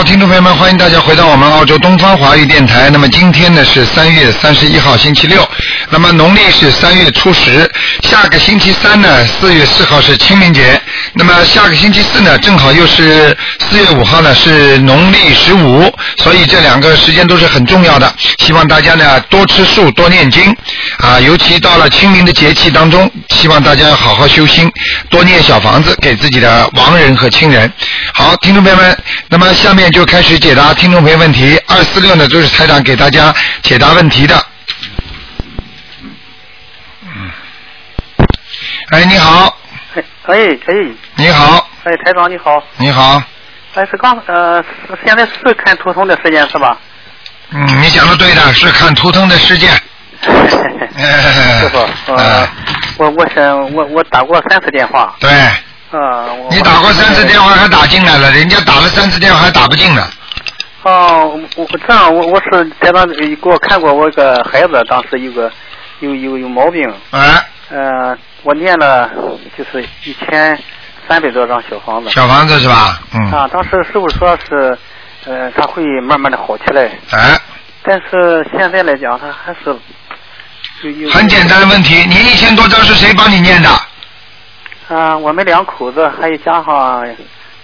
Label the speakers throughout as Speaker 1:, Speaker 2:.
Speaker 1: 欢迎大家回到我们澳洲东方华语电台。那么今天呢是三月三十一号星期六，那么农历是三月初十。下个星期三呢，四月四号是清明节。那么下个星期四呢，正好又是四月五号呢，是农历十五，所以这两个时间都是很重要的。希望大家呢多吃素，多念经啊，尤其到了清明的节气当中，希望大家要好好修心，多念小房子给自己的亡人和亲人。好，听众朋友们，那么下面就开始解答听众朋友问题。二四六呢，就是台长给大家解答问题的。嗯哎，你好，
Speaker 2: 哎哎哎
Speaker 1: 你好，
Speaker 2: 哎，台长你好，
Speaker 1: 你好，
Speaker 2: 哎是刚呃是现在是看图腾的时间是吧？
Speaker 1: 嗯，你讲的对的，是看图腾的事件。
Speaker 2: 哎师
Speaker 1: 哎师
Speaker 2: 傅，呃，
Speaker 1: 啊
Speaker 2: 我我想我我打过三次电话，
Speaker 1: 对
Speaker 2: 呃，我
Speaker 1: 你打过三次电话还打进来了，人家打了三次电话还打不进呢。
Speaker 2: 哦，我我这样我我是台长给我看过我一个孩子，当时有个有有有毛病，
Speaker 1: 哎，
Speaker 2: 呃，我念了就是一千三百多张小房子，
Speaker 1: 小房子是吧？嗯，
Speaker 2: 啊，当时师傅说是，呃，他会慢慢的好起来。
Speaker 1: 哎，
Speaker 2: 但是现在来讲，他还是有有
Speaker 1: 很简单的问题，你一千多张是谁帮你念的？
Speaker 2: 啊、我们两口子还有加上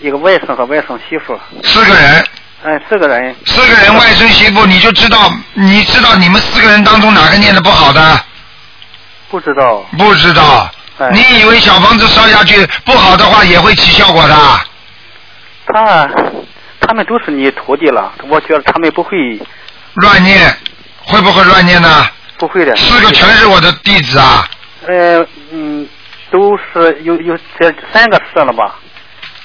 Speaker 2: 一个外甥和外甥媳妇，
Speaker 1: 四个人，
Speaker 2: 哎、四个人
Speaker 1: 四个人外孙媳妇，你就知道，你知道你们四个人当中哪个念的不好的？
Speaker 2: 不知道。
Speaker 1: 不知道。
Speaker 2: 哎、
Speaker 1: 你以为小房子烧下去不好的话也会起效果的？
Speaker 2: 他他们都是你徒弟了，我觉得他们不会
Speaker 1: 乱念，会不会乱念呢？
Speaker 2: 不会的。
Speaker 1: 四个全是我的弟子啊！
Speaker 2: 呃嗯，都是有有这三个是了吧？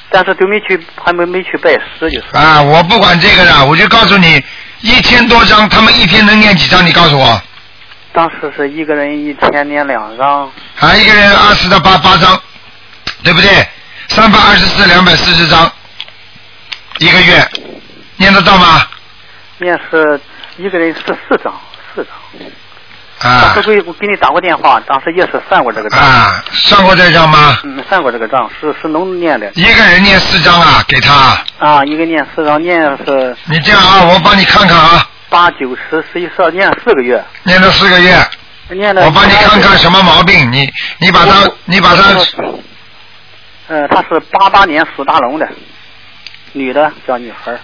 Speaker 2: 但是都没去，还没没去拜师，就是
Speaker 1: 啊，我不管这个的，我就告诉你，一千多张，他们一天能念几张？你告诉我，
Speaker 2: 当时是一个人一天念两张，
Speaker 1: 啊，一个人二十到八八张，对不对？三百二十四，两百四十张，一个月念得到吗？
Speaker 2: 面是一个人是四张，四张。
Speaker 1: 啊
Speaker 2: 当时给我给你打过电话，当时也是算过这个账，
Speaker 1: 啊，算过这张吗？
Speaker 2: 嗯，算过这个账，是是能念的
Speaker 1: 一个人念四张啊，给他。
Speaker 2: 啊，一个念四张，念是
Speaker 1: 你这样啊，我帮你看看啊，
Speaker 2: 八九十十一十二，念四个月，
Speaker 1: 念了四个月，
Speaker 2: 念了。
Speaker 1: 我帮你看看什么毛病，你你把它
Speaker 2: 我
Speaker 1: 你把它。
Speaker 2: 我呃，她是八八年属大龙的，女的，小女孩儿。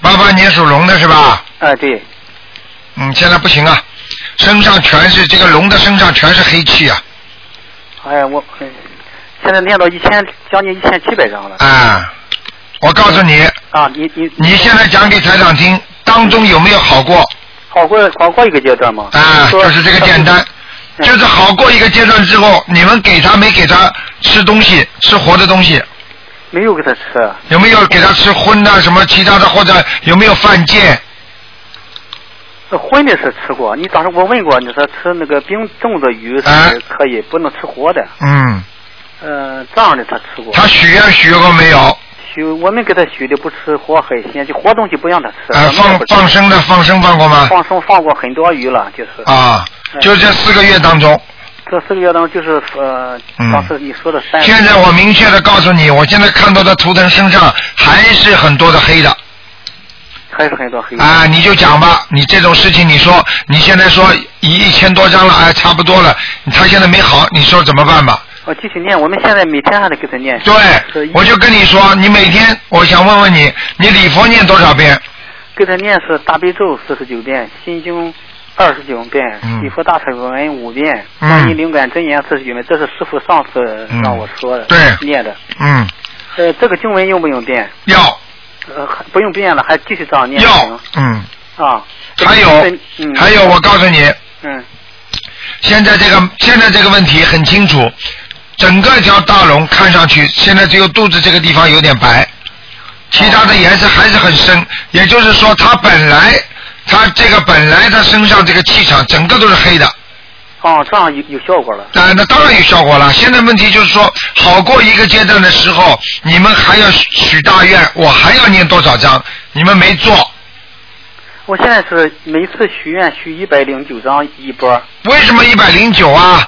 Speaker 1: 八八年属龙的是吧？
Speaker 2: 哎，对，
Speaker 1: 嗯，现在不行啊，身上全是这个龙的身上全是黑气啊，
Speaker 2: 哎，我嗯现在念到一千，将近一千七百张了。
Speaker 1: 啊！我告诉你，
Speaker 2: 啊，你你
Speaker 1: 你现在讲给台长听，当中有没有好过？
Speaker 2: 好过好过一个阶段吗？
Speaker 1: 啊，就是这个简单，
Speaker 2: 嗯
Speaker 1: 就是好过一个阶段之后，你们给他没给他吃东西，吃活的东西，
Speaker 2: 没有给他吃，啊
Speaker 1: 有没有给他吃荤的什么其他的，或者有没有犯贱？
Speaker 2: 那荤的是吃过。你当时我问过，你说吃那个冰冻的鱼
Speaker 1: 啊
Speaker 2: 是可以，不能吃活的。
Speaker 1: 嗯，
Speaker 2: 呃，这样的他吃过。
Speaker 1: 他许愿许过没有？
Speaker 2: 许我们给他许的不吃活海鲜，就活东西不让他吃。
Speaker 1: 啊，
Speaker 2: 什么也
Speaker 1: 放
Speaker 2: 不吃
Speaker 1: 放生的放生放过吗？
Speaker 2: 放生放过很多鱼了，就是。哎
Speaker 1: 啊，就这四个月当中，
Speaker 2: 这四个月当中，就是呃，
Speaker 1: 嗯
Speaker 2: 当时你说的三。
Speaker 1: 现在我明确的告诉你，我现在看到的图腾身上还是很多的黑的
Speaker 2: 还是很多黑鱼。
Speaker 1: 啊，你就讲吧，你这种事情，你说你现在说一一千多张了，哎，差不多了，他现在没好，你说怎么办吧？
Speaker 2: 我哦继续念，我们现在每天还得给他念。是
Speaker 1: 对
Speaker 2: 一，
Speaker 1: 我就跟你说，你每天，我想问问你，你礼佛念多少遍？
Speaker 2: 给他念是大悲咒四十九遍，心经二十九遍
Speaker 1: 嗯，
Speaker 2: 礼佛大忏悔文五遍，
Speaker 1: 嗯
Speaker 2: 观音灵感真言四十九遍，这是师傅上次
Speaker 1: 嗯
Speaker 2: 让我说的、
Speaker 1: 对
Speaker 2: 念的。
Speaker 1: 嗯，
Speaker 2: 呃，这个经文用不用变？
Speaker 1: 要
Speaker 2: 呃，还不用变了，还继续这样念行
Speaker 1: 要，嗯，
Speaker 2: 啊。
Speaker 1: 还
Speaker 2: 这
Speaker 1: 有
Speaker 2: 个嗯
Speaker 1: 还有，我告诉你，
Speaker 2: 嗯
Speaker 1: 现在这个现在这个问题很清楚，整个一条大龙看上去现在只有肚子这个地方有点白，其他的颜色还是很深。也就是说，它本来它这个本来它身上这个气场整个都是黑的，
Speaker 2: 哦，这样有有效果了。
Speaker 1: 啊、那当然有效果了。现在问题就是说，好过一个阶段的时候，你们还要许大愿，我还要念多少章？你们没做，
Speaker 2: 我现在是每次许愿许一百零九张一波，
Speaker 1: 为什么一百零九啊？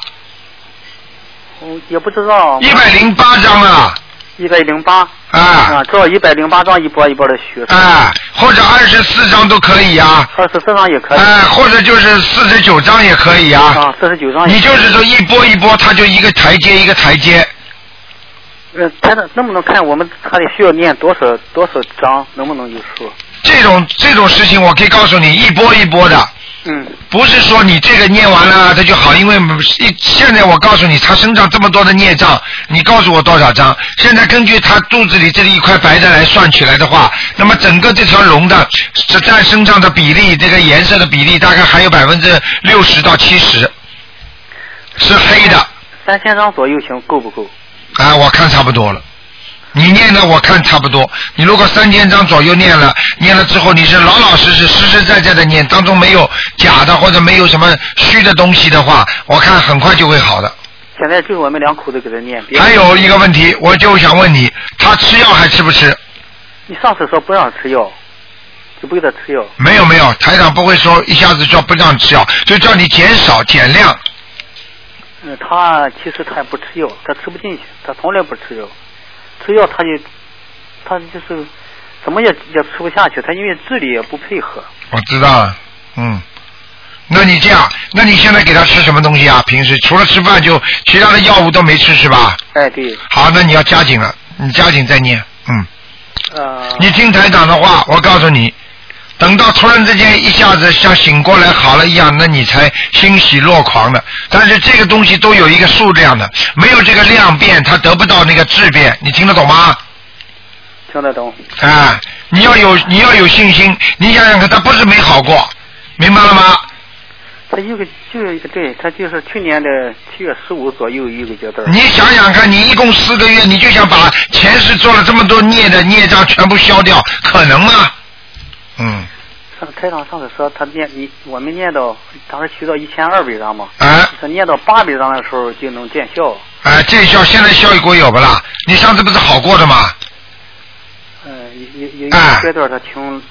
Speaker 2: 我也不知道。
Speaker 1: 一百零八张啊，
Speaker 2: 一百零八
Speaker 1: 啊
Speaker 2: 啊，照一百零八张一波一波的续，
Speaker 1: 啊，或者二十四张都可以啊，
Speaker 2: 二十四张也可以
Speaker 1: 啊，或者就是四十九张也可以啊。
Speaker 2: 啊，四十九张也可以。
Speaker 1: 你就是说一波一波，它就一个台阶一个台阶。
Speaker 2: 呃，他的能不能看我们还得需要念多少多少章，能不能有数？
Speaker 1: 这种这种事情，我可以告诉你，一波一波的，
Speaker 2: 嗯，
Speaker 1: 不是说你这个念完了它就好，因为一现在我告诉你，他身上这么多的孽障，你告诉我多少张？现在根据他肚子里这里一块白的来算起来的话，那么整个这条龙的这占身上的比例，这个颜色的比例大概还有百分之六十到七十，是黑的
Speaker 2: 三千张左右行够不够？
Speaker 1: 啊，我看差不多了。你念的我看差不多，你如果三千张左右念了，念了之后你是老老实实、实实在在的念，当中没有假的或者没有什么虚的东西的话，我看很快就会好的。
Speaker 2: 现在就是我们两口子给他念，别
Speaker 1: 还有一个问题，我就想问你，他吃药还吃不吃？
Speaker 2: 你上次说不让吃药，就不给他吃药。
Speaker 1: 没有没有，台长不会说一下子叫不让吃药，就叫你减少减量。
Speaker 2: 嗯，他其实他也不吃药，他吃不进去，他从来不吃药，吃药他就他就是怎么也也吃不下去，他因为智力也不配合。
Speaker 1: 我知道了，嗯。那你这样，那你现在给他吃什么东西啊？平时除了吃饭就其他的药物都没吃是吧？
Speaker 2: 哎，对，
Speaker 1: 好，那你要加紧了，你加紧再念，嗯。
Speaker 2: 呃，
Speaker 1: 你听台长的话，我告诉你，等到突然之间一下子像醒过来好了一样，那你才欣喜若狂的。但是这个东西都有一个数量的，没有这个量变，它得不到那个质变。你听得懂吗？
Speaker 2: 听得懂？
Speaker 1: 啊，你要有你要有信心，你想想看，它不是没好过，明白了吗？
Speaker 2: 他一个就对他就是去年的七月十五左右一个阶段。
Speaker 1: 你想想看，你一共四个月，你就想把前世做了这么多孽的孽障全部消掉，可能吗？嗯，
Speaker 2: 上台长上次说他念你我们念到当时学到一千二百章嘛，
Speaker 1: 啊。
Speaker 2: 他念到八百章的时候就能见效。
Speaker 1: 哎，这效现在效果有不啦？你上次不是好过的吗？
Speaker 2: 嗯，有有有一
Speaker 1: 哎
Speaker 2: 个阶段他挺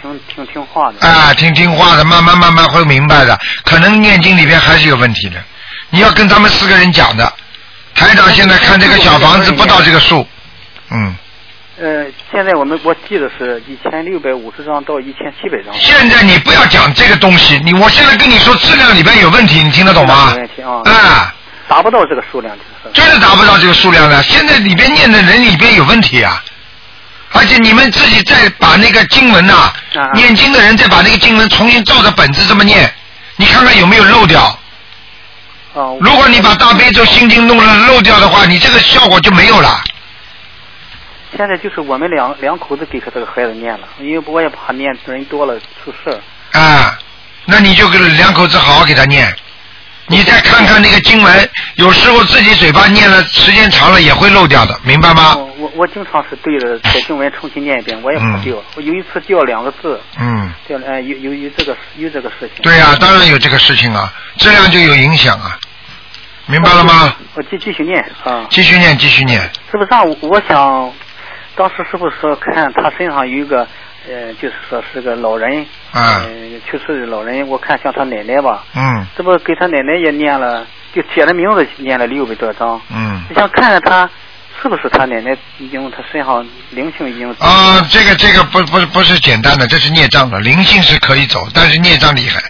Speaker 2: 挺挺听话的。
Speaker 1: 啊，挺听话的，慢慢慢慢会明白的。可能念经里边还是有问题的，你要跟他们四个人讲的。台长现在看这个小房子不到这个数，嗯，
Speaker 2: 呃，现在我们我记得是一千六百五十章到一千七百章。
Speaker 1: 现在你不要讲这个东西，你我现在跟你说质量里边有问题，你听得懂吗
Speaker 2: 没？问题啊，
Speaker 1: 啊，
Speaker 2: 达不到这个数量就是。
Speaker 1: 就是达不到这个数量了。现在里边念的人里边有问题啊，而且你们自己再把那个经文呐、
Speaker 2: 啊
Speaker 1: 念经的人再把那个经文重新照着本子这么念，你看看有没有漏掉。
Speaker 2: 啊，
Speaker 1: 如果你把大悲咒心经弄了漏掉的话，你这个效果就没有了。
Speaker 2: 现在就是我们两两口子给他这个孩子念了，因为我也怕念人多了出事儿。
Speaker 1: 啊，那你就给两口子好好给他念。你再看看那个经文，有时候自己嘴巴念了，时间长了也会漏掉的，明白吗？
Speaker 2: 我我我经常是 对着在经文重新念一遍，我也怕掉。我有一次掉两个字，
Speaker 1: 嗯，
Speaker 2: 掉了哎，由由于这个由这个事情。
Speaker 1: 对呀、当然有这个事情啊，质量就有影响啊，明白了吗？
Speaker 2: 我继继续念啊，
Speaker 1: 继续念，继续念。
Speaker 2: 师傅上午我想，当时师傅说看他身上有一个，呃，就是说是个老人，
Speaker 1: 啊
Speaker 2: 呃，去世的老人，我看像他奶奶吧，
Speaker 1: 嗯
Speaker 2: 这不给他奶奶也念了，就写的名字念了六百多章，
Speaker 1: 嗯。
Speaker 2: 你想看看他是不是他奶奶已经他身上灵性已经
Speaker 1: 啊，这个这个不不是不是简单的，这是孽障的，灵性是可以走，但是孽障厉害。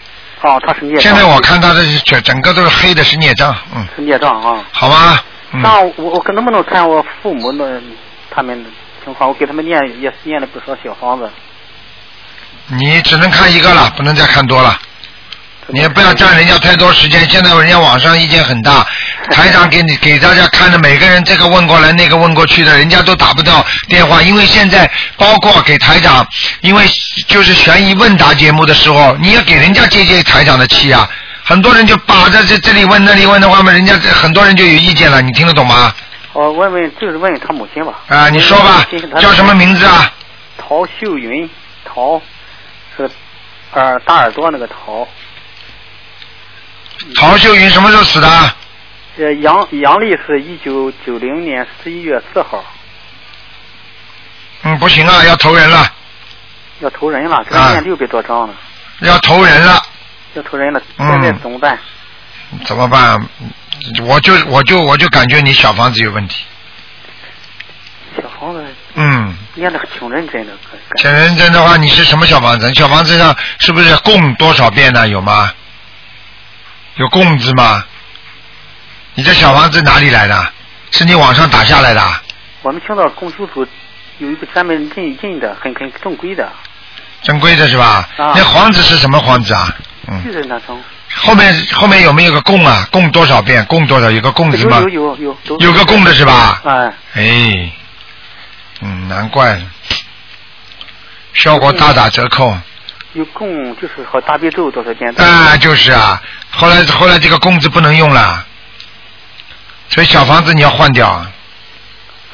Speaker 2: 哦，他是孽障，
Speaker 1: 现在我看他的是整整个都是黑的，是孽障，嗯，
Speaker 2: 是孽障啊。
Speaker 1: 好吧，嗯，
Speaker 2: 那我我可能不能看我父母那他们的情况，我给他们念也念了不少小房子。
Speaker 1: 你只能看一个了，不能再看多了。你也不要占人家太多时间，现在人家网上意见很大，台长给你给大家看的每个人这个问过来那个问过去的，人家都打不到电话，因为现在包括给台长，因为就是悬疑问答节目的时候，你要给人家接接台长的气啊，很多人就把在这这里问那里问的话嘛，人家很多人就有意见了，你听得懂吗？
Speaker 2: 我问问，哦就是问问他母亲吧。
Speaker 1: 啊，你说吧，叫什么？名字啊？
Speaker 2: 陶秀云，陶是耳大耳朵那个陶，
Speaker 1: 陶秀云什么时候死的啊？
Speaker 2: 呃，阳阳历是一九九零年十一月四号，
Speaker 1: 嗯，不行啊，要投人了，
Speaker 2: 要投人了，给
Speaker 1: 啊
Speaker 2: 他念六百多章了，
Speaker 1: 要投人了。
Speaker 2: 要投人了，
Speaker 1: 嗯
Speaker 2: 现在怎么办？
Speaker 1: 怎么办？我就我就我就感觉你小房子有问题。
Speaker 2: 小房子
Speaker 1: 嗯，
Speaker 2: 念的挺认真的，感感
Speaker 1: 请认真的话，你是什么小房子？小房子上是不是供多少遍呢？有吗？有供字吗？你这小房子哪里来的？是你网上打下来的？
Speaker 2: 我们青岛供修组有一个专门认认的，很很正规的，
Speaker 1: 正规的是吧？
Speaker 2: 啊
Speaker 1: 那黄纸是什么黄纸啊？嗯，
Speaker 2: 就是那种。
Speaker 1: 后面后面有没有个供啊？供多少遍？供多少？有个供字
Speaker 2: 有
Speaker 1: 吗
Speaker 2: 有？有有有
Speaker 1: 有个供的是吧？
Speaker 2: 哎，
Speaker 1: 哎，嗯，难怪了，效果大打折扣。
Speaker 2: 有供就是好大悲咒多少遍？
Speaker 1: 啊，就是啊，后来后来这个供字不能用了，所以小房子你要换掉，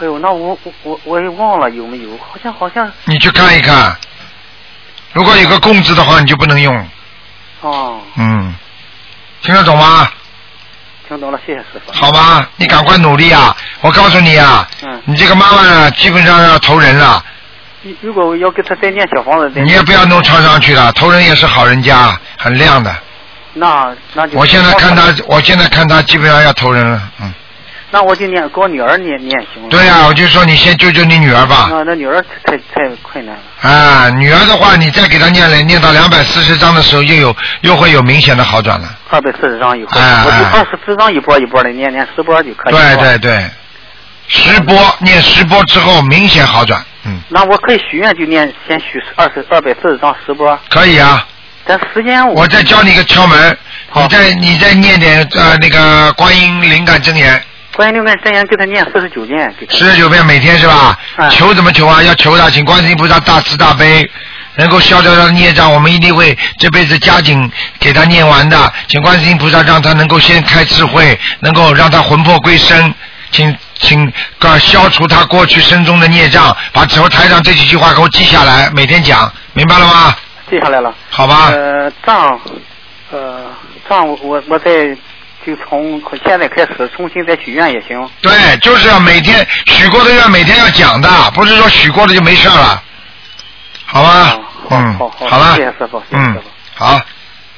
Speaker 2: 哎呦，那我我我我也忘了有没有，好像好像
Speaker 1: 你去看一看。如果有个供字的话，你就不能用。
Speaker 2: 哦，
Speaker 1: 嗯，听得懂吗？
Speaker 2: 听懂了，谢谢师傅。
Speaker 1: 好吧，你赶快努力啊！我告诉你啊，
Speaker 2: 嗯，
Speaker 1: 你这个妈妈呢，基本上要投人了，
Speaker 2: 如如果我要给他再念小房子，再
Speaker 1: 你也不要弄超上去了，投人也是好人家，很亮的。
Speaker 2: 那那就
Speaker 1: 我现在看他，我现在看他基本上要投人了，嗯，
Speaker 2: 那我就念给我女儿念念行吗？
Speaker 1: 对呀、啊我就说你先救救你女儿吧，
Speaker 2: 那那女儿太太困难了。
Speaker 1: 啊，女儿的话，你再给她念了，念到两百四十章的时候，又有又会有明显的好转了。
Speaker 2: 二百四十张以后，
Speaker 1: 哎
Speaker 2: 我
Speaker 1: 哎
Speaker 2: 就二十四张一波一波的念，念十波就可以
Speaker 1: 对对
Speaker 2: 了。
Speaker 1: 对，十波念十波之后明显好转，嗯，
Speaker 2: 那我可以许愿，就念先许二十二百四十张十波，
Speaker 1: 可以啊。
Speaker 2: 但时间
Speaker 1: 我再教你一个窍门，
Speaker 2: 好
Speaker 1: 你再你再念点呃那个观音灵感真言，
Speaker 2: 观音六面真言给他念四十九遍，给他
Speaker 1: 四十九遍每天是吧？
Speaker 2: 哎
Speaker 1: 求怎么求啊？要求他，请观世音菩萨大慈大悲，能够消掉他的孽障，我们一定会这辈子加紧给他念完的。请观世音菩萨让他能够先开智慧，能够让他魂魄归身，请请呃消除他过去身中的孽障，把之后台长这几句话给我记下来，每天讲，明白了吗？
Speaker 2: 记下来了。
Speaker 1: 好吧，
Speaker 2: 呃，账，呃，账我我我再就从现在开始重新再许愿也行。哦
Speaker 1: 对，就是要每天许过的愿每天要讲的，不是说许过了就没事儿了，好吧？
Speaker 2: 好
Speaker 1: 嗯，
Speaker 2: 好好，
Speaker 1: 了
Speaker 2: 谢，谢师傅，谢谢
Speaker 1: 嗯
Speaker 2: 师傅。
Speaker 1: 好，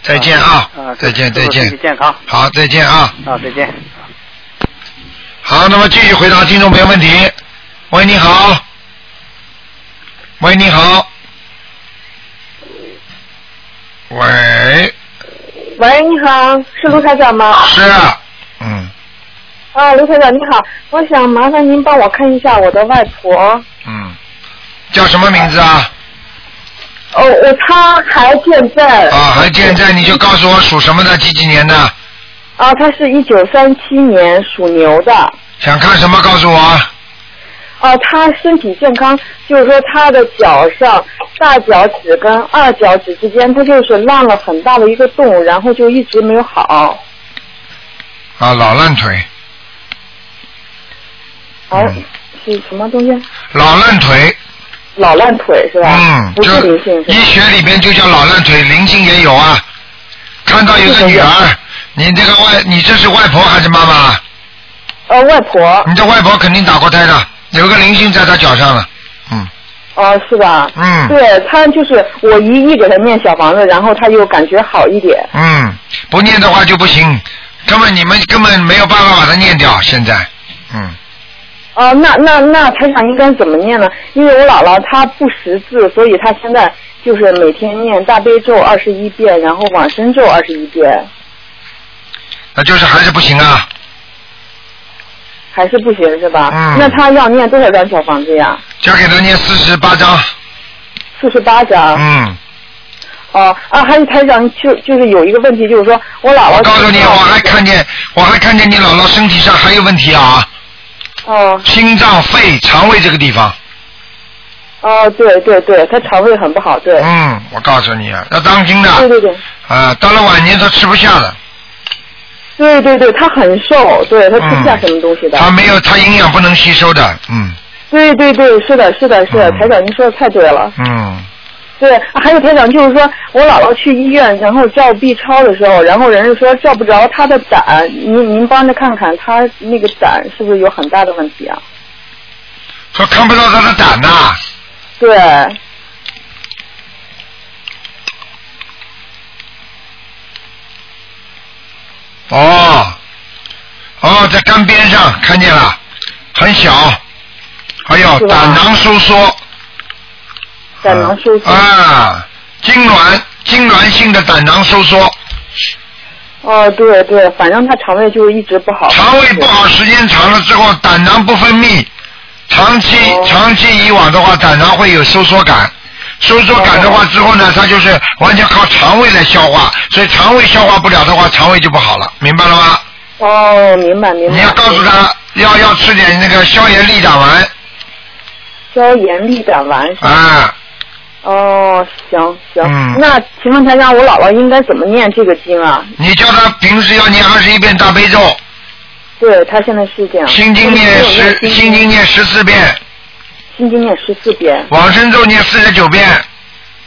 Speaker 1: 再见啊
Speaker 2: 啊，
Speaker 1: 再见，再
Speaker 2: 祝祝自
Speaker 1: 见
Speaker 2: 己，健康
Speaker 1: 好，再见啊。
Speaker 2: 啊，再见。
Speaker 1: 好，那么继续回答听众朋友问题。喂，你好。喂，你好。喂，
Speaker 3: 喂，你好，是卢台长吗？
Speaker 1: 是，嗯
Speaker 3: 啊，卢台长你好，我想麻烦您帮我看一下我的外婆。
Speaker 1: 嗯，叫什么名字啊？
Speaker 3: 哦，我她还健在。
Speaker 1: 啊，还健在，你就告诉我属什么的，几几年的，
Speaker 3: 啊，她是一九三七年属牛的。
Speaker 1: 想看什么告诉我。
Speaker 3: 啊，她身体健康，就是说她的脚上大脚趾跟二脚趾之间，她就是烂了很大的一个洞，然后就一直没有好。
Speaker 1: 啊，老烂腿，
Speaker 3: 哎、
Speaker 1: 嗯
Speaker 3: 是什么东西？
Speaker 1: 老烂腿，
Speaker 3: 老烂腿是吧？
Speaker 1: 嗯，
Speaker 3: 不是灵性
Speaker 1: 这医？
Speaker 3: 是吧
Speaker 1: 学里面就叫老烂腿，灵性也有啊。看到有个女儿，你这个外，你这是外婆还是妈妈？
Speaker 3: 呃，外婆，
Speaker 1: 你这外婆肯定打过胎的，有个灵性在她脚上了。嗯
Speaker 3: 哦、是吧？
Speaker 1: 嗯
Speaker 3: 对他就是我一一给他念小房子，然后他又感觉好一点。
Speaker 1: 嗯，不念的话就不行，根本你们根本没有办法把它念掉。现在，嗯，
Speaker 3: 哦、那那那台长应该怎么念呢？因为我姥姥她不识字，所以她现在就是每天念大悲咒二十一遍，然后往生咒二十一遍，
Speaker 1: 那就是还是不行啊。
Speaker 3: 还是不行是吧？
Speaker 1: 嗯
Speaker 3: 那她要念多少张小房子呀？
Speaker 1: 就给她念四十八章。
Speaker 3: 四十八张。
Speaker 1: 嗯，
Speaker 3: 哦、啊，还有台长就就是有一个问题，就是说我姥姥。
Speaker 1: 我告诉你，我还。看见，我还看见你姥姥身体上还有问题啊。
Speaker 3: 哦
Speaker 1: 心脏、肺、肠胃这个地方。
Speaker 3: 哦，对对对，她肠胃很不好，对。
Speaker 1: 嗯，我告诉你啊，要当心的。
Speaker 3: 对对对。
Speaker 1: 啊，到了晚年他吃不下的。
Speaker 3: 对对对，他很瘦，对他吃
Speaker 1: 嗯
Speaker 3: 不下什么东西的。
Speaker 1: 他没有，他营养不能吸收的。嗯
Speaker 3: 对对对，是的，是的，是的，
Speaker 1: 嗯
Speaker 3: 台长您说的太对了。
Speaker 1: 嗯，
Speaker 3: 对，还有台长就是说我姥姥去医院，然后照 B 超的时候，然后人家说照不着她的胆，您您帮着看看她那个胆是不是有很大的问题啊？
Speaker 1: 说看不到他的胆呐、
Speaker 3: 对，
Speaker 1: 哦，哦，在肝边上看见了，很小。哎呦，
Speaker 3: 是吧
Speaker 1: 胆囊收缩。
Speaker 3: 胆囊收缩。
Speaker 1: 啊，痉挛，痉挛性的胆囊收缩，
Speaker 3: 哦，对对，反正他肠胃就是一直不好。
Speaker 1: 肠胃不好，时间长了之后，胆囊不分泌，长期、
Speaker 3: 哦
Speaker 1: 长期以往的话，胆囊会有收缩感。收缩感的话之后呢，它就是完全靠肠胃来消化，所以肠胃消化不了的话，肠胃就不好了，明白了吗？
Speaker 3: 哦，明白明白。
Speaker 1: 你要告诉他要要吃点那个消炎利胆丸
Speaker 3: 消炎利胆丸。
Speaker 1: 啊，
Speaker 3: 哦，行行。
Speaker 1: 嗯
Speaker 3: 那请问台长，我姥姥应该怎么念这个经啊？
Speaker 1: 你叫他平时要念二十一遍大悲咒，
Speaker 3: 对她现在是这样。
Speaker 1: 心经念十，心经念十四遍，
Speaker 3: 心经念十四遍，
Speaker 1: 往生咒念四十九遍。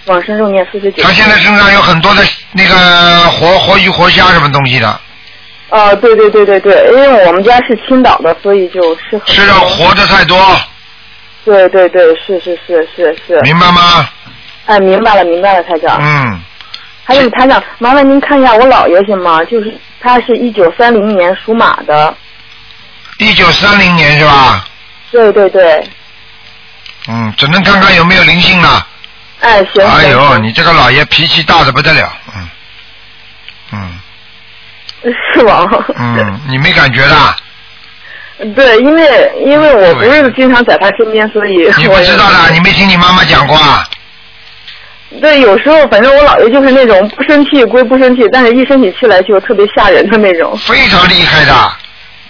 Speaker 3: 往生咒念四十九。
Speaker 1: 他现在身上有很多的那个活活鱼、活虾什么东西的，
Speaker 3: 哦，对对对对对，因为我们家是青岛的，所以就吃很多
Speaker 1: 吃的活的太多，
Speaker 3: 对对对，是是是是是。
Speaker 1: 明白吗？
Speaker 3: 哎，明白了明白了，台长。
Speaker 1: 嗯，
Speaker 3: 还有台长，麻烦您看一下我姥爷行吗？就是他是一九三零年属马的。
Speaker 1: 一九三零年是吧？
Speaker 3: 对对对。
Speaker 1: 嗯，只能看看有没有灵性了。
Speaker 3: 哎，行。
Speaker 1: 哎
Speaker 3: 行
Speaker 1: 呦，
Speaker 3: 行
Speaker 1: 你这个老爷脾气大的不得了，嗯，嗯
Speaker 3: 是吗？
Speaker 1: 嗯，你没感觉 的，
Speaker 3: 对，因为因为我不
Speaker 1: 对
Speaker 3: 是经常在他身边，所以
Speaker 1: 你
Speaker 3: 我
Speaker 1: 不知道的，你没听你妈妈讲过啊？
Speaker 3: 对，有时候反正我姥爷就是那种不生气归不生气，但是一生起气来就特别吓人的那种。
Speaker 1: 非常厉害的，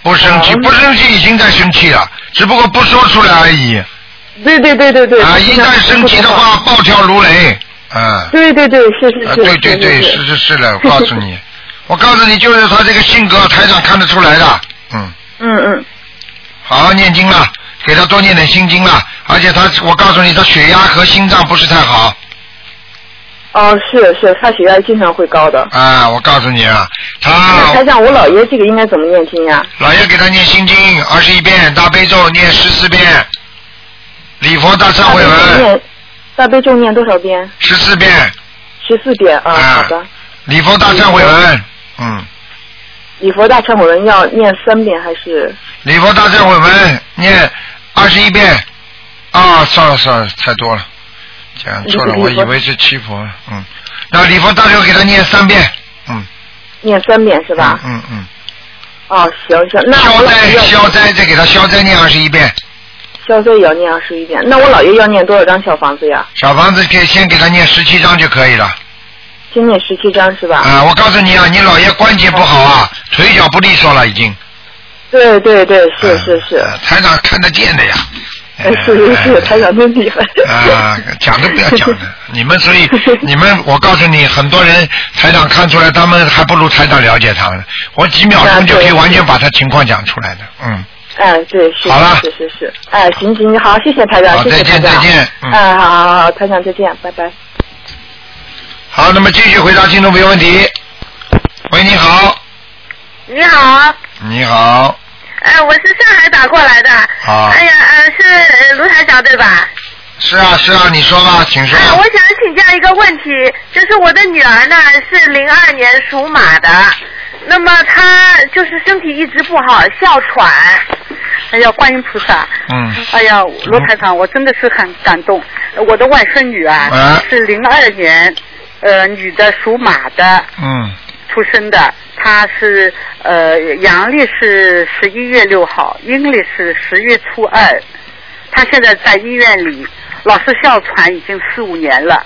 Speaker 1: 不生气，
Speaker 3: 哦
Speaker 1: 不生气已经在生气了，只不过不说出来而已。
Speaker 3: 对对对对对。
Speaker 1: 啊，一旦生气的。话，暴跳如雷，嗯。
Speaker 3: 对对对，是是
Speaker 1: 啊，
Speaker 3: 是。
Speaker 1: 对对对，是是是了，我告诉你，我告诉你，就是他这个性格，台长看得出来的。嗯，
Speaker 3: 嗯嗯，
Speaker 1: 好好念经了，给他多念点心经了，而且他，我告诉你，他血压和心脏不是太好
Speaker 3: 哦，是是，他血压经常会高的。
Speaker 1: 啊，我告诉你啊，
Speaker 3: 那
Speaker 1: 他
Speaker 3: 台长，我姥爷这个应该怎么念经呀？
Speaker 1: 老爷给他念心经二十一遍，大悲咒念十四遍，礼佛大忏
Speaker 3: 大
Speaker 1: 悔
Speaker 3: 悲咒
Speaker 1: 文
Speaker 3: 念，大悲咒念多少遍？
Speaker 1: 十四遍，
Speaker 3: 十四遍啊，
Speaker 1: 啊
Speaker 3: 好的。
Speaker 1: 礼佛大忏悔文，嗯，
Speaker 3: 礼佛大忏悔文要念三遍还是？
Speaker 1: 礼佛大忏悔文念二十一遍，啊，算了算了，太多了，讲错了，
Speaker 3: 礼佛
Speaker 1: 我以为是七佛，嗯，那礼佛大忏悔给他念三遍，嗯，
Speaker 3: 念三遍是吧？
Speaker 1: 嗯嗯
Speaker 3: 哦，行行，
Speaker 1: 嗯，
Speaker 3: 那
Speaker 1: 消
Speaker 3: 我姥
Speaker 1: 灾
Speaker 3: 爷要
Speaker 1: 消灾再给他消灾念二十一遍，
Speaker 3: 消灾也要念二十一遍。那我姥爷要念多少张小房子呀？
Speaker 1: 小房子可以先给他念十七章就可以了，
Speaker 3: 先念十七张是吧？
Speaker 1: 啊，我告诉你啊，你姥爷关节不好啊，腿脚不利索了已经，
Speaker 3: 对对对，是
Speaker 1: 啊
Speaker 3: 是是，
Speaker 1: 啊台长看得见的呀，
Speaker 3: 哎 是是
Speaker 1: 哎
Speaker 3: 是，台长真厉害。
Speaker 1: 啊，讲都不要讲了。你们所以你们，我告诉你，很多人台长看出来，他们还不如台长了解他们。我几秒钟就可以完全把他情况讲出来的。嗯，
Speaker 3: 哎，对，是
Speaker 1: 好了
Speaker 3: 是是是是，哎，行行，好，谢谢台长
Speaker 1: 好，
Speaker 3: 谢
Speaker 1: 再
Speaker 3: 谢台
Speaker 1: 见
Speaker 3: 长。
Speaker 1: 再见嗯
Speaker 3: 哎，好好好，台长再见，拜拜。
Speaker 1: 好，那么继续回答听众朋友问题。喂，你好，
Speaker 4: 你好，
Speaker 1: 你好，
Speaker 4: 呃，我是上海打过来的。
Speaker 1: 好啊
Speaker 4: 哎呀，呃，是呃卢台长对吧？
Speaker 1: 是啊是啊，你说吧，请说。
Speaker 4: 哎，我想请教一个问题，就是我的女儿呢是零二年属马的，那么她就是身体一直不好，哮喘。哎呀，观音菩萨。
Speaker 1: 嗯
Speaker 4: 哎呀，罗台长，我真的是很感动。我的外甥女啊，
Speaker 1: 啊
Speaker 4: 是零二年，呃，女的属马的。
Speaker 1: 嗯，
Speaker 4: 出生的，他是呃阳历是十一月六号，阴历是十月初二。他现在在医院里，老是哮喘，已经四五年了。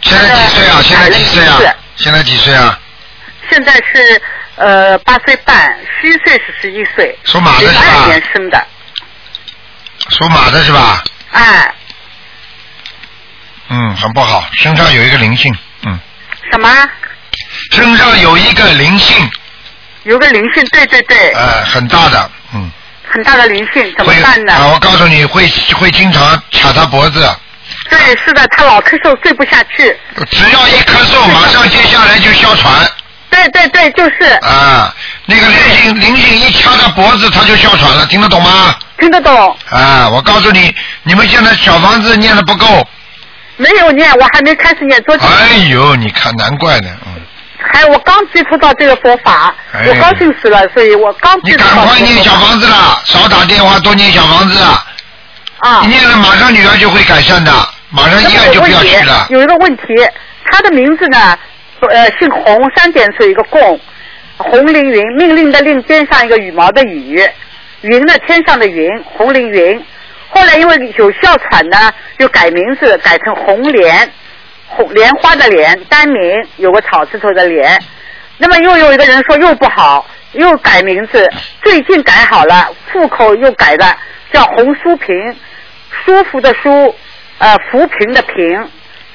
Speaker 1: 现在几岁啊？现在几岁啊
Speaker 4: 是？
Speaker 1: 现在几岁啊？
Speaker 4: 现在是呃八岁半，虚岁是十一岁，
Speaker 1: 属马的
Speaker 4: 零
Speaker 1: 是
Speaker 4: 二
Speaker 1: 吧
Speaker 4: 年？生的，
Speaker 1: 属马的是吧？
Speaker 4: 哎，
Speaker 1: 嗯，很不好，身上有一个灵性，嗯，
Speaker 4: 什么？
Speaker 1: 身上有一个灵性，
Speaker 4: 有个灵性，对对对，
Speaker 1: 呃，很大的，嗯。
Speaker 4: 很大的灵性，怎么
Speaker 1: 会
Speaker 4: 办呢？
Speaker 1: 啊，我告诉你会会经常卡他脖子，
Speaker 4: 对，是的，他老咳嗽，睡不下去。
Speaker 1: 只要
Speaker 4: 哎
Speaker 1: 一咳嗽，马上接下来就哮喘
Speaker 4: 对对对，就是
Speaker 1: 啊。那个灵性灵性一掐他脖子，他就哮喘了，听得懂吗？
Speaker 4: 听得懂，
Speaker 1: 啊，我告诉你，你们现在小房子念的不够，
Speaker 4: 没有念，我还没开始念，昨天
Speaker 1: 哎呦，你看难怪呢，嗯，
Speaker 4: 还我刚接触到这个佛法，
Speaker 1: 哎
Speaker 4: 我高兴死了，所以我刚
Speaker 1: 你
Speaker 4: 接触
Speaker 1: 赶
Speaker 4: 到
Speaker 1: 快
Speaker 4: 这个
Speaker 1: 念
Speaker 4: 佛
Speaker 1: 小
Speaker 4: 法
Speaker 1: 房子啦，少打电话，多念小房子啦。
Speaker 4: 啊
Speaker 1: 你。念了，马上女儿就会改善的，马上医
Speaker 4: 那
Speaker 1: 院
Speaker 4: 么
Speaker 1: 就
Speaker 4: 有
Speaker 1: 不
Speaker 4: 问
Speaker 1: 要
Speaker 4: 题
Speaker 1: 去了，。
Speaker 4: 有一个问题，他的名字呢，呃，姓洪，三点水一个贡，洪凌云，命令的令边上一个羽毛的羽，云呢天上的云，洪凌云。后来因为有哮喘呢，就改名字，改成红莲，红莲花的莲，单名有个草字头的莲。那么又有一个人说又不好，又改名字，最近改好了，户口又改了，叫洪淑萍，舒服的舒，呃，浮萍的萍，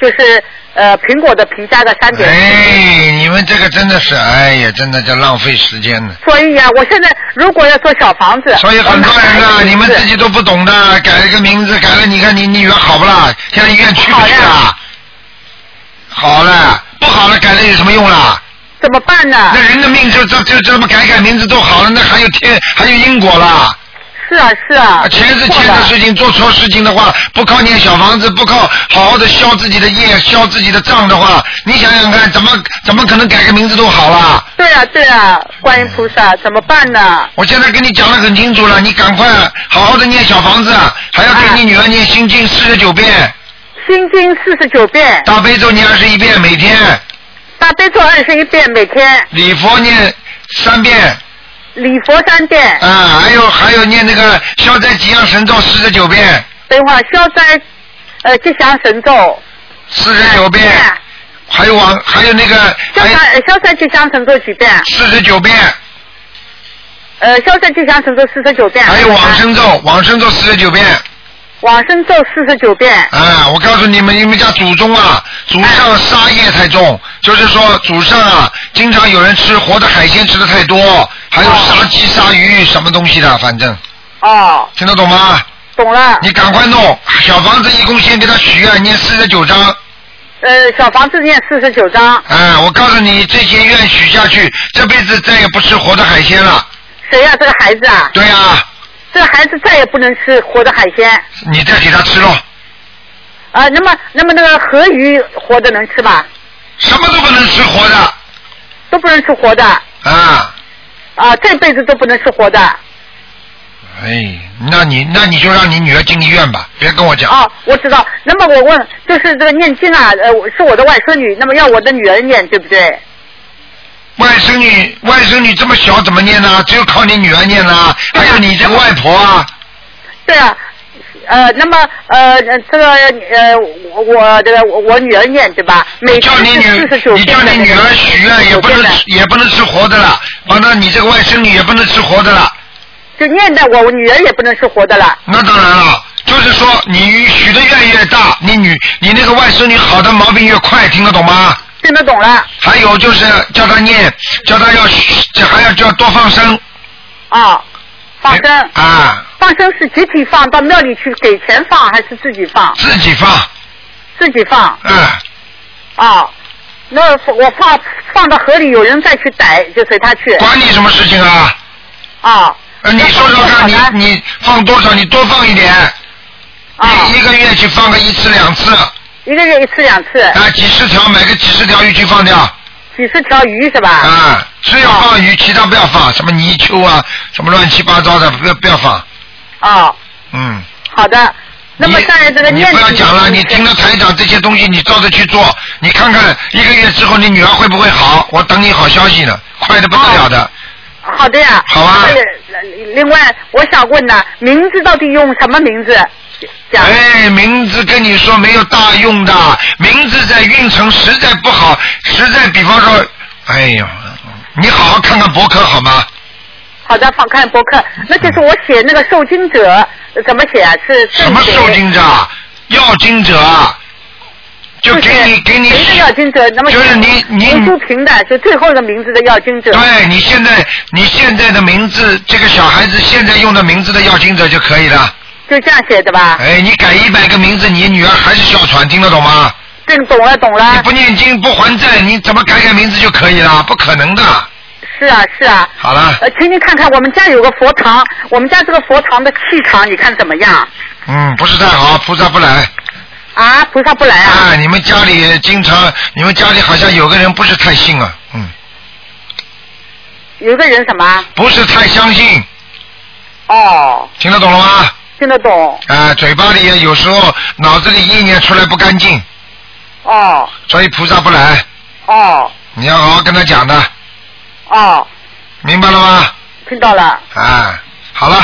Speaker 4: 就是呃苹果的皮加个三点水。
Speaker 1: 哎，你们这个真的是，哎呀，真的叫浪费时间呢。
Speaker 4: 所以啊，我现在如果要做小房子，
Speaker 1: 所以很多人
Speaker 4: 我
Speaker 1: 啊，
Speaker 4: 哪来的名字
Speaker 1: 你们自己都不懂的，改了个名字，改了，你看你你女儿好不啦？现在医院去不去
Speaker 4: 好
Speaker 1: 啊？好了，不好了，改了有什么用啦？
Speaker 4: 怎么办呢？
Speaker 1: 那人的命就这就这么改改名字都好了，那还有天还有因果啦。
Speaker 4: 是啊是啊
Speaker 1: 啊，，钱是
Speaker 4: 错
Speaker 1: 钱的
Speaker 4: 了
Speaker 1: 事情，做错事情的话，不靠念小房子，不靠好好的消自己的业、消自己的账的话，你想想看，怎么怎么可能改个名字都好啦？
Speaker 4: 对啊对啊，观音菩萨怎么办呢？
Speaker 1: 我现在跟你讲的很清楚了，你赶快好好的念小房子，还要给你女儿念心经四十九遍，
Speaker 4: 心经四十九遍，
Speaker 1: 大悲咒念二十一遍每天，
Speaker 4: 大悲咒二十一遍每天，
Speaker 1: 礼佛念三遍，
Speaker 4: 礼佛三遍。
Speaker 1: 啊，还有还有念那个消灾吉祥神咒四十九遍，
Speaker 4: 等一会儿消灾，呃吉祥神咒。
Speaker 1: 四十九遍，
Speaker 4: 哎
Speaker 1: 还有往还有那个
Speaker 4: 消
Speaker 1: 还有
Speaker 4: 灾呃消灾吉祥神咒几遍？
Speaker 1: 四十九遍。
Speaker 4: 呃，消灾吉祥神咒四十九遍。
Speaker 1: 还有往生咒，
Speaker 4: 啊
Speaker 1: 往生咒四十九遍。
Speaker 4: 往生咒四十九遍。
Speaker 1: 啊，我告诉你们，你们家祖宗啊，祖上杀业太重，就是说祖上啊，经常有人吃活的海鲜吃的太多，还
Speaker 4: 啊
Speaker 1: 有杀鸡杀鱼什么东西的，反正
Speaker 4: 哦，
Speaker 1: 听得懂吗？
Speaker 4: 懂了。
Speaker 1: 你赶快弄小房子，一共先给他许愿，念四十九章。
Speaker 4: 呃，小房子念四十九章。
Speaker 1: 啊，我告诉你，这些愿许下去，这辈子再也不吃活的海鲜了。
Speaker 4: 谁呀、这个孩子啊，
Speaker 1: 对啊，
Speaker 4: 这个孩子再也不能吃活的海鲜
Speaker 1: 你再给他吃喽，
Speaker 4: 啊、那么，那么那个河鱼活的能吃吧？
Speaker 1: 什么都不能吃活的
Speaker 4: 都不能吃活的啊、
Speaker 1: 啊。
Speaker 4: 这辈子都不能吃活的。
Speaker 1: 哎，那你那你就让你女儿进医院吧，别跟我讲。
Speaker 4: 哦，我知道。那么我问，就是这个念经啊，呃，我是我的外孙女，那么要我的女儿念，对不对？
Speaker 1: 外甥女，外甥女这么小怎么念呢？只有靠你女儿念啦，
Speaker 4: 对
Speaker 1: 还
Speaker 4: 啊
Speaker 1: 有你这个外婆啊，
Speaker 4: 对啊，呃，那么呃，呃这个呃，我我这个我我女儿念对吧？每
Speaker 1: 叫你
Speaker 4: 天
Speaker 1: 女
Speaker 4: 四十九，
Speaker 1: 你
Speaker 4: 遍
Speaker 1: 叫
Speaker 4: 的
Speaker 1: 你女儿许愿也不能
Speaker 4: 49遍
Speaker 1: 吃也不能吃活的了，完了你这个外甥女也不能吃活的了，
Speaker 4: 嗯就念的我，我女儿也不能吃活的了。
Speaker 1: 那当然了。就是说，你许的愿越大，你女你那个外甥女好的毛病越快，听得懂吗？
Speaker 4: 听得懂了
Speaker 1: 还有就是叫她念，叫她要许，还要叫多放生。
Speaker 4: 啊？放生，
Speaker 1: 啊，
Speaker 4: 放生是集体放，到庙里去给钱放还是自己放？
Speaker 1: 自己放，
Speaker 4: 自己放
Speaker 1: 啊。
Speaker 4: 啊。那我放放到河里，有人再去逮，就随他去
Speaker 1: 管你什么事情啊？
Speaker 4: 啊。
Speaker 1: 呃，你说说
Speaker 4: 好
Speaker 1: 看，
Speaker 4: 的
Speaker 1: 你你放多少？你多放一点，
Speaker 4: 啊，
Speaker 1: 一一个月去放个一次两次，啊，
Speaker 4: 一个月一次两次，
Speaker 1: 几十条买个几十条鱼去放掉，
Speaker 4: 几十条鱼是吧？
Speaker 1: 啊，只有放鱼，其他不要放，什么泥鳅啊，什么乱七八糟的，不要不要放，
Speaker 4: 啊，
Speaker 1: 嗯。
Speaker 4: 好的。那么
Speaker 1: 你
Speaker 4: 在这个
Speaker 1: 你
Speaker 4: 念
Speaker 1: 不要
Speaker 4: 经
Speaker 1: 讲了，
Speaker 4: 是
Speaker 1: 你听了台长这些东西，你照着去做，你看看一个月之后你女儿会不会好？我等你好消息呢，快的不得了
Speaker 4: 哦
Speaker 1: 的。
Speaker 4: 好的呀。
Speaker 1: 好啊
Speaker 4: 对另外，我想问呢，名字到底用什么名字讲？
Speaker 1: 哎，名字跟你说没有大用的，名字在运程实在不好，实在比方说，哎呦，你好好看看博客好吗？
Speaker 4: 好的，放看博客。那就是我写那个受精者呃怎么写啊？是正
Speaker 1: 什么
Speaker 4: 写
Speaker 1: 受精者啊、要精者啊，就给你
Speaker 4: 是
Speaker 1: 给你
Speaker 4: 谁的要精者？那么
Speaker 1: 就是你你
Speaker 4: 洪淑萍的，就最后一个名字的要精者。
Speaker 1: 对你现在你现在的名字，这个小孩子现在用的名字的要精者就可以了。
Speaker 4: 就这样写的吧？
Speaker 1: 哎，你改一百个名字，你女儿还是哮喘，听得懂吗？
Speaker 4: 对，懂了懂
Speaker 1: 你
Speaker 4: 了。
Speaker 1: 不念经不还债，你怎么改改名字就可以了？不可能的。
Speaker 4: 是啊是啊。
Speaker 1: 好了，
Speaker 4: 呃，请你看看我们家有个佛堂，我们家这个佛堂的气场你看怎么样？
Speaker 1: 嗯，不是太好，菩萨不来。
Speaker 4: 啊，菩萨不来啊？
Speaker 1: 啊，你们家里经常，你们家里好像有个人不是太信啊，嗯，
Speaker 4: 有一个人什么？
Speaker 1: 不是太相信，
Speaker 4: 哦，
Speaker 1: 听得懂了吗？
Speaker 4: 听得懂
Speaker 1: 啊，嘴巴里也有时候脑子里意念出来不干净，
Speaker 4: 哦
Speaker 1: 所以菩萨不来，
Speaker 4: 哦
Speaker 1: 你要好好跟他讲的，
Speaker 4: 哦，
Speaker 1: 明白了吗？
Speaker 4: 听到了。
Speaker 1: 啊，好了。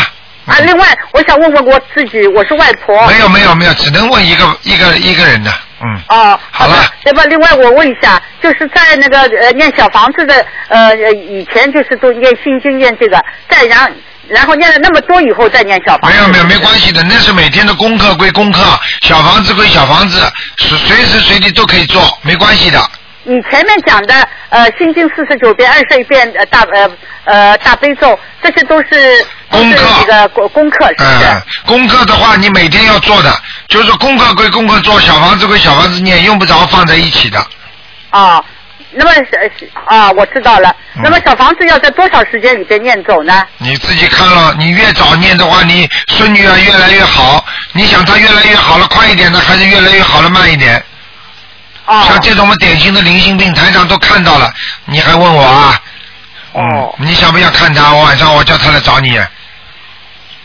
Speaker 4: 啊，另外我想问问我自己，我是外婆。
Speaker 1: 没有没有没有，只能问一个一个一个人的，嗯，
Speaker 4: 哦，
Speaker 1: 好了
Speaker 4: 的那么，另外我问一下，就是在那个呃念小房子的呃呃以前就是都念心经念这个，再然然后念了那么多以后再念小房
Speaker 1: 没
Speaker 4: 子。
Speaker 1: 有没有没关系的，那是每天的功课归功课，小房子归小房子，随随时随地都可以做，没关系的。
Speaker 4: 你前面讲的呃心经四十九遍、二十一遍呃大呃呃大悲咒，这些都是
Speaker 1: 功课
Speaker 4: 都是这个功功课是不是？
Speaker 1: 嗯，功课的话，你每天要做的，就是说功课归功课做，小房子归小房子念，用不着放在一起的。
Speaker 4: 啊，那么是是啊，我知道了。
Speaker 1: 嗯
Speaker 4: 那么小房子要在多少时间里边念走呢？
Speaker 1: 你自己看了，你越早念的话，你孙女啊越来越好。你想她越来越好了，快一点呢，还是越来越好了慢一点？
Speaker 4: 啊，
Speaker 1: 像这种我们典型的灵性病，台上都看到了，你还问我啊？
Speaker 4: 哦
Speaker 1: 嗯，你想不想看他？我晚上我叫他来找你。啊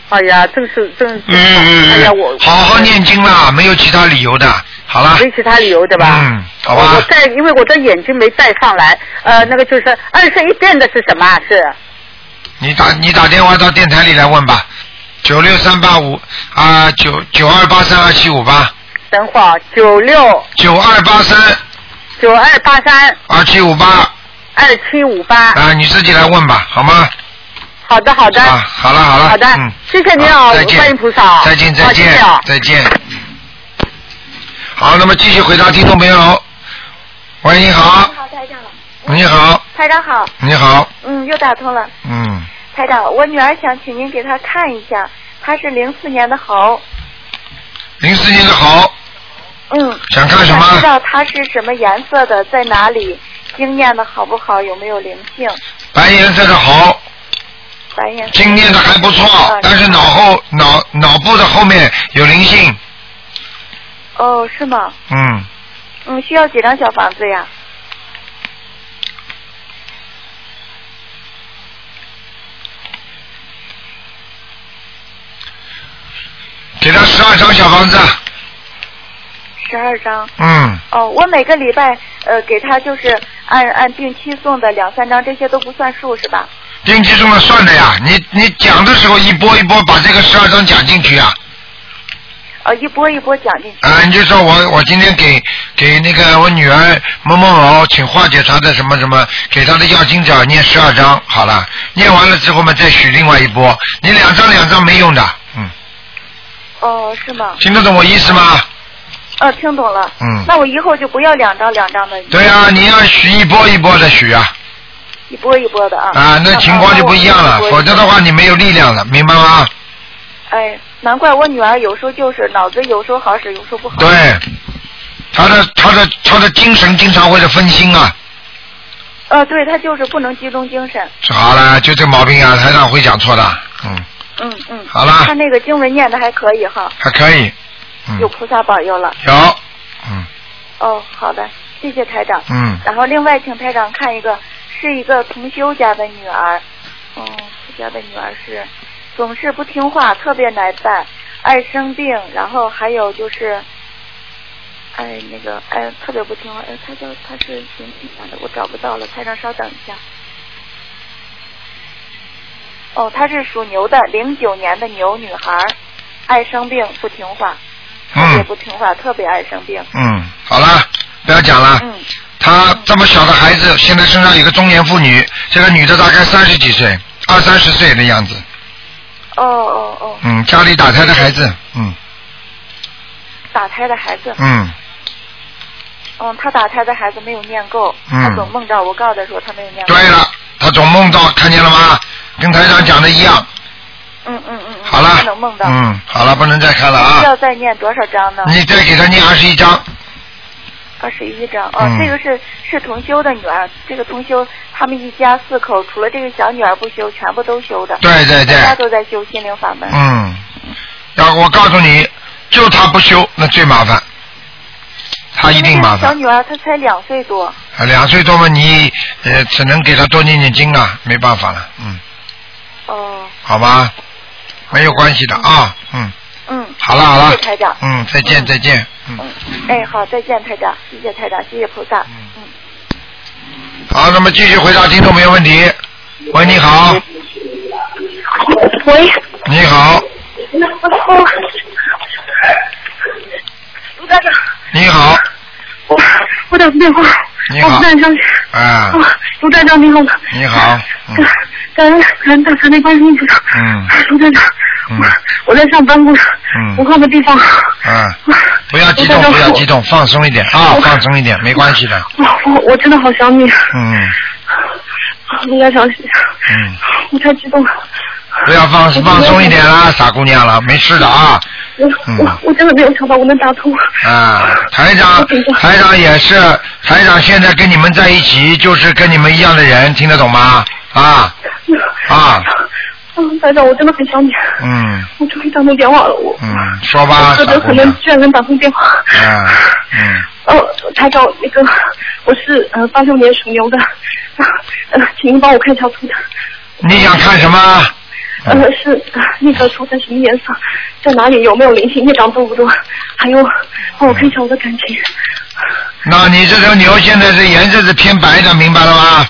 Speaker 4: 哎呀，真是真是，哎呀，我
Speaker 1: 嗯好好念经啦，没有其他理由的。好啦，
Speaker 4: 没其他理由对吧？
Speaker 1: 嗯，好
Speaker 4: 我我
Speaker 1: 吧。
Speaker 4: 带，因为我的眼睛没带上来，呃，那个就是二十一遍的是什么啊？是
Speaker 1: 你打你打电话到电台里来问吧，九六三八五啊九九二八三二七五八
Speaker 4: 等会儿啊九六
Speaker 1: 九二八三
Speaker 4: 九二八三
Speaker 1: 二七五八
Speaker 4: 二七五八。
Speaker 1: 啊，你自己来问吧，好吗？
Speaker 4: 好的，好的，
Speaker 1: 啊，好了好了，
Speaker 4: 好的
Speaker 1: 嗯，
Speaker 4: 谢谢您
Speaker 1: 好
Speaker 4: 哦
Speaker 1: 再，见，
Speaker 4: 观音菩萨哦，
Speaker 1: 再见再
Speaker 4: 好谢
Speaker 1: 见
Speaker 4: 谢哦
Speaker 1: 再见。好，那么继续回答听众朋友。喂，你好，
Speaker 5: 好，台长了。
Speaker 1: 你好，
Speaker 5: 台长好，
Speaker 1: 你好，
Speaker 5: 嗯，又打通了。
Speaker 1: 嗯，
Speaker 5: 台长，我女儿想请您给她看一下，她是零四年的猴，
Speaker 1: 零四年的猴
Speaker 5: 嗯，
Speaker 1: 想看什
Speaker 5: 想知
Speaker 1: 么？
Speaker 5: 道她是什么颜色的，在哪里，经念的好不好，有没有灵性，
Speaker 1: 白颜色的猴，
Speaker 5: 白颜色。
Speaker 1: 经念的还不错
Speaker 5: 啊，
Speaker 1: 但是脑后脑脑部的后面有灵性，
Speaker 5: 哦，是吗？
Speaker 1: 嗯，
Speaker 5: 嗯，需要几张小房子呀？
Speaker 1: 给他十二张小房子，啊
Speaker 5: 十二张。
Speaker 1: 嗯，
Speaker 5: 哦，我每个礼拜呃给她就是按按定期送的两三张，这些都不算数是吧？
Speaker 1: 定期送了算的呀，你你讲的时候一波一波把这个十二张讲进去啊，
Speaker 5: 呃，一波一波讲进去。
Speaker 1: 啊，你就说我我今天给给那个我女儿某某某，请化解她的什么什么，给她的药精者念十二章，好了，念完了之后嘛再许另外一波，你两张两张没用的，嗯，
Speaker 5: 哦，是吗？
Speaker 1: 听得懂我意思吗？
Speaker 5: 哦，听懂了。
Speaker 1: 嗯
Speaker 5: 那我以后就不要两张两张的。
Speaker 1: 对啊，你要许一波一波的许啊，
Speaker 5: 一波一波的啊。
Speaker 1: 啊，那情况就不一样了，否则的。话你没有力量了，明白吗？
Speaker 5: 哎，难怪我女儿有时候就是脑子有时候好使，有时候不好。。
Speaker 1: 对，她的她的她的精神经常会的分心啊，
Speaker 5: 呃，对，她就是不能集中精神。
Speaker 1: 好了，就这毛病啊，台长会讲错的，嗯，
Speaker 5: 嗯嗯。
Speaker 1: 好了
Speaker 5: 她那个经文念的还可以哈，
Speaker 1: 还可以，嗯，
Speaker 5: 有菩萨保佑了。
Speaker 1: 有，嗯。
Speaker 5: 哦，好的，谢谢台长。
Speaker 1: 嗯，
Speaker 5: 然后另外请台长看一个，是一个同修家的女儿，嗯，他家的女儿是总是不听话，特别难办，爱生病，然后还有就是，哎那个哎特别不听话，哎他叫他是什么讲的，我找不到了，台长稍等一下。哦，她是属牛的，零九年的牛女孩，爱生病，不听话，特别
Speaker 1: 嗯
Speaker 5: 不听话，特别爱生病。
Speaker 1: 嗯，好了，不要讲了。
Speaker 5: 嗯，
Speaker 1: 她这么小的孩子，现在身上有个中年妇女，这个女的大概三十几岁，二三十岁的样子。
Speaker 5: 哦哦哦，
Speaker 1: 嗯，家里打胎的孩子，嗯
Speaker 5: 打胎的孩子。
Speaker 1: 嗯
Speaker 5: 嗯，他打胎的孩子没有念够，
Speaker 1: 嗯
Speaker 5: 他总梦到我告诉他说他没有念够。
Speaker 1: 对了，她总梦到，看见了吗？跟台长讲的一样。
Speaker 5: 嗯嗯嗯嗯。
Speaker 1: 好了
Speaker 5: 不能梦，到。
Speaker 1: 嗯，好了，不能再看了
Speaker 5: 需
Speaker 1: 啊
Speaker 5: 要！再念多少章呢？
Speaker 1: 你再给她念二十一章，
Speaker 5: 二十一章。哦，
Speaker 1: 嗯
Speaker 5: 这个是是同修的女儿，这个同修他们一家四口，除了这个小女儿不修，全部都修的。
Speaker 1: 对对对
Speaker 5: 大，家都在修心灵法门。
Speaker 1: 嗯，要我告诉你，就她不修，那最麻烦，他一定麻
Speaker 5: 小
Speaker 1: 烦。
Speaker 5: 女儿她才两岁多，
Speaker 1: 啊两岁多嘛，你呃只能给他多念念经啊，没办法了，嗯，
Speaker 5: 哦，
Speaker 1: 好吧，没有关系的啊，嗯，
Speaker 5: 嗯，
Speaker 1: 好了好了
Speaker 5: 谢谢台长，
Speaker 1: 嗯，再见再见，嗯。
Speaker 5: 哎，好，再见，台长，谢谢台长，谢谢菩萨，嗯，
Speaker 1: 好，那么继续回答听众朋友问题。喂，你好，
Speaker 5: 嗯
Speaker 6: 喂，
Speaker 1: 你好，
Speaker 6: 我卢站长，
Speaker 1: 你好，
Speaker 6: 我我打个电话，
Speaker 1: 你
Speaker 6: 我
Speaker 7: 哦
Speaker 1: 好
Speaker 6: 卢站长，
Speaker 1: 啊，
Speaker 6: 哦，卢站长你好，感
Speaker 1: 你好，嗯
Speaker 6: 感恩感恩大慈大悲观世音菩萨，
Speaker 1: 嗯
Speaker 6: 卢站长，
Speaker 1: 嗯
Speaker 6: 我我在上班，我我
Speaker 1: 嗯，
Speaker 6: 换个地方，
Speaker 1: 啊，
Speaker 6: 我
Speaker 1: 不要激动，不要激动，放松一点啊，放松一点，没关系的，
Speaker 6: 我我真的好想你，
Speaker 1: 嗯
Speaker 6: 卢站长，
Speaker 1: 嗯，
Speaker 6: 我太激动了，
Speaker 1: 不要放放松一点啦，傻姑娘了，没事的啊，
Speaker 6: 我
Speaker 1: 嗯
Speaker 6: 我我真的没有想到我能打通，
Speaker 1: 啊，台 长，台长也是，台长现在跟你们在一起，就是跟你们一样的人，听得懂吗？啊啊，
Speaker 6: 嗯，台长我真的很想你，
Speaker 1: 嗯
Speaker 6: 我终于打通电话了，我
Speaker 1: 嗯，说吧，
Speaker 6: 我觉
Speaker 1: 傻
Speaker 6: 得
Speaker 1: 姑
Speaker 6: 可能
Speaker 1: 娘，
Speaker 6: 居然能打通电话。
Speaker 1: 啊嗯。
Speaker 6: 呃，台长，那个我是呃八六年属牛的，呃，请您帮我看一下图腾，
Speaker 1: 你想看什么？
Speaker 6: 呃是呃那个图腾什么颜色，在哪里有没有灵性，业障多不多？还有帮我看一下我的感情，
Speaker 1: 那你这头牛现在是颜色是偏白的，明白了吗？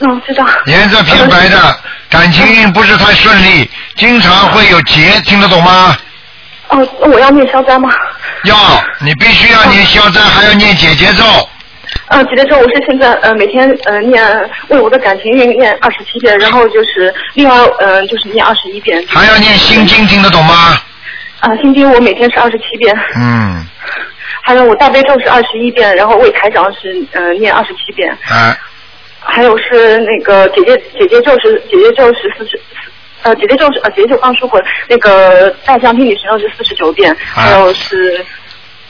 Speaker 6: 嗯，知道，
Speaker 1: 颜色偏白的，感情运不是太顺利，经常会有结，听得懂吗？
Speaker 6: 哦、我要念消灾吗？
Speaker 1: 要，你必须要念消灾，还要念解结咒。
Speaker 6: 呃，姐姐说我是现在呃每天呃念为我的感情运念二十七遍，然后就是另外呃就是念二十一遍，
Speaker 1: 还要念心经，听得懂吗？
Speaker 6: 啊、心经我每天是二十七遍，
Speaker 1: 嗯，
Speaker 6: 还有我大悲咒是二十一遍，然后为台长是呃念二十七遍，
Speaker 1: 啊，
Speaker 6: 还有是那个姐姐姐姐咒是姐姐咒是四十。呃，姐姐咒是呃，姐姐咒刚说过，那个大象听女神咒是四十九遍，还有是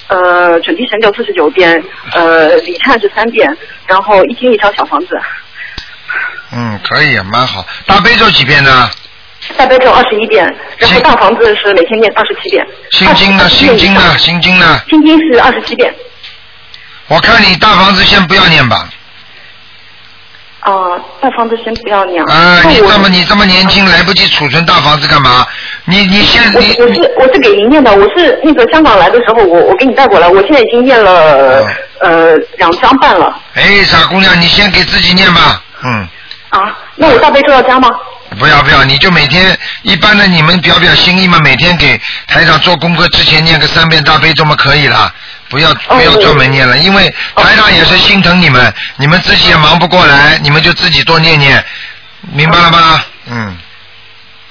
Speaker 6: 呃准提神咒四十九遍，呃礼忏是三遍，然后一天一张小房子，
Speaker 1: 嗯，可以，蛮好。大悲咒几遍呢？
Speaker 6: 大悲咒二十一遍，然后
Speaker 1: 心
Speaker 6: 大房子是每天念二十七遍，
Speaker 1: 心经呢？
Speaker 6: 27
Speaker 1: 心经
Speaker 6: 啊遍以
Speaker 1: 呢？
Speaker 6: 上？
Speaker 1: 心经呢？
Speaker 6: 心经是二十七遍，
Speaker 1: 我看你大房子先不要念吧。
Speaker 6: 啊、大房子先不要念。
Speaker 1: 啊，
Speaker 6: 那
Speaker 1: 你
Speaker 6: 我
Speaker 1: 这么你这么年轻，来不及储存大房子干嘛？你你先
Speaker 6: 我
Speaker 1: 你
Speaker 6: 我是我是给您念的，我是那个香港来的时候，我我给你带过来，我现在已经念
Speaker 1: 啊
Speaker 6: 了、呃两张半了
Speaker 1: 哎，傻姑娘，你先给自己念吧。嗯，
Speaker 6: 啊。那我大悲咒要加吗？
Speaker 1: 不要不要，你就每天一般的你们表表心意嘛，每天给台长做功课之前念个三遍大悲咒嘛，可以了。不
Speaker 6: 哦
Speaker 1: 要不要专门念了，因为台长也是心疼你们，你们自己也忙不过来，你们就自己多念念，明白了吗？嗯，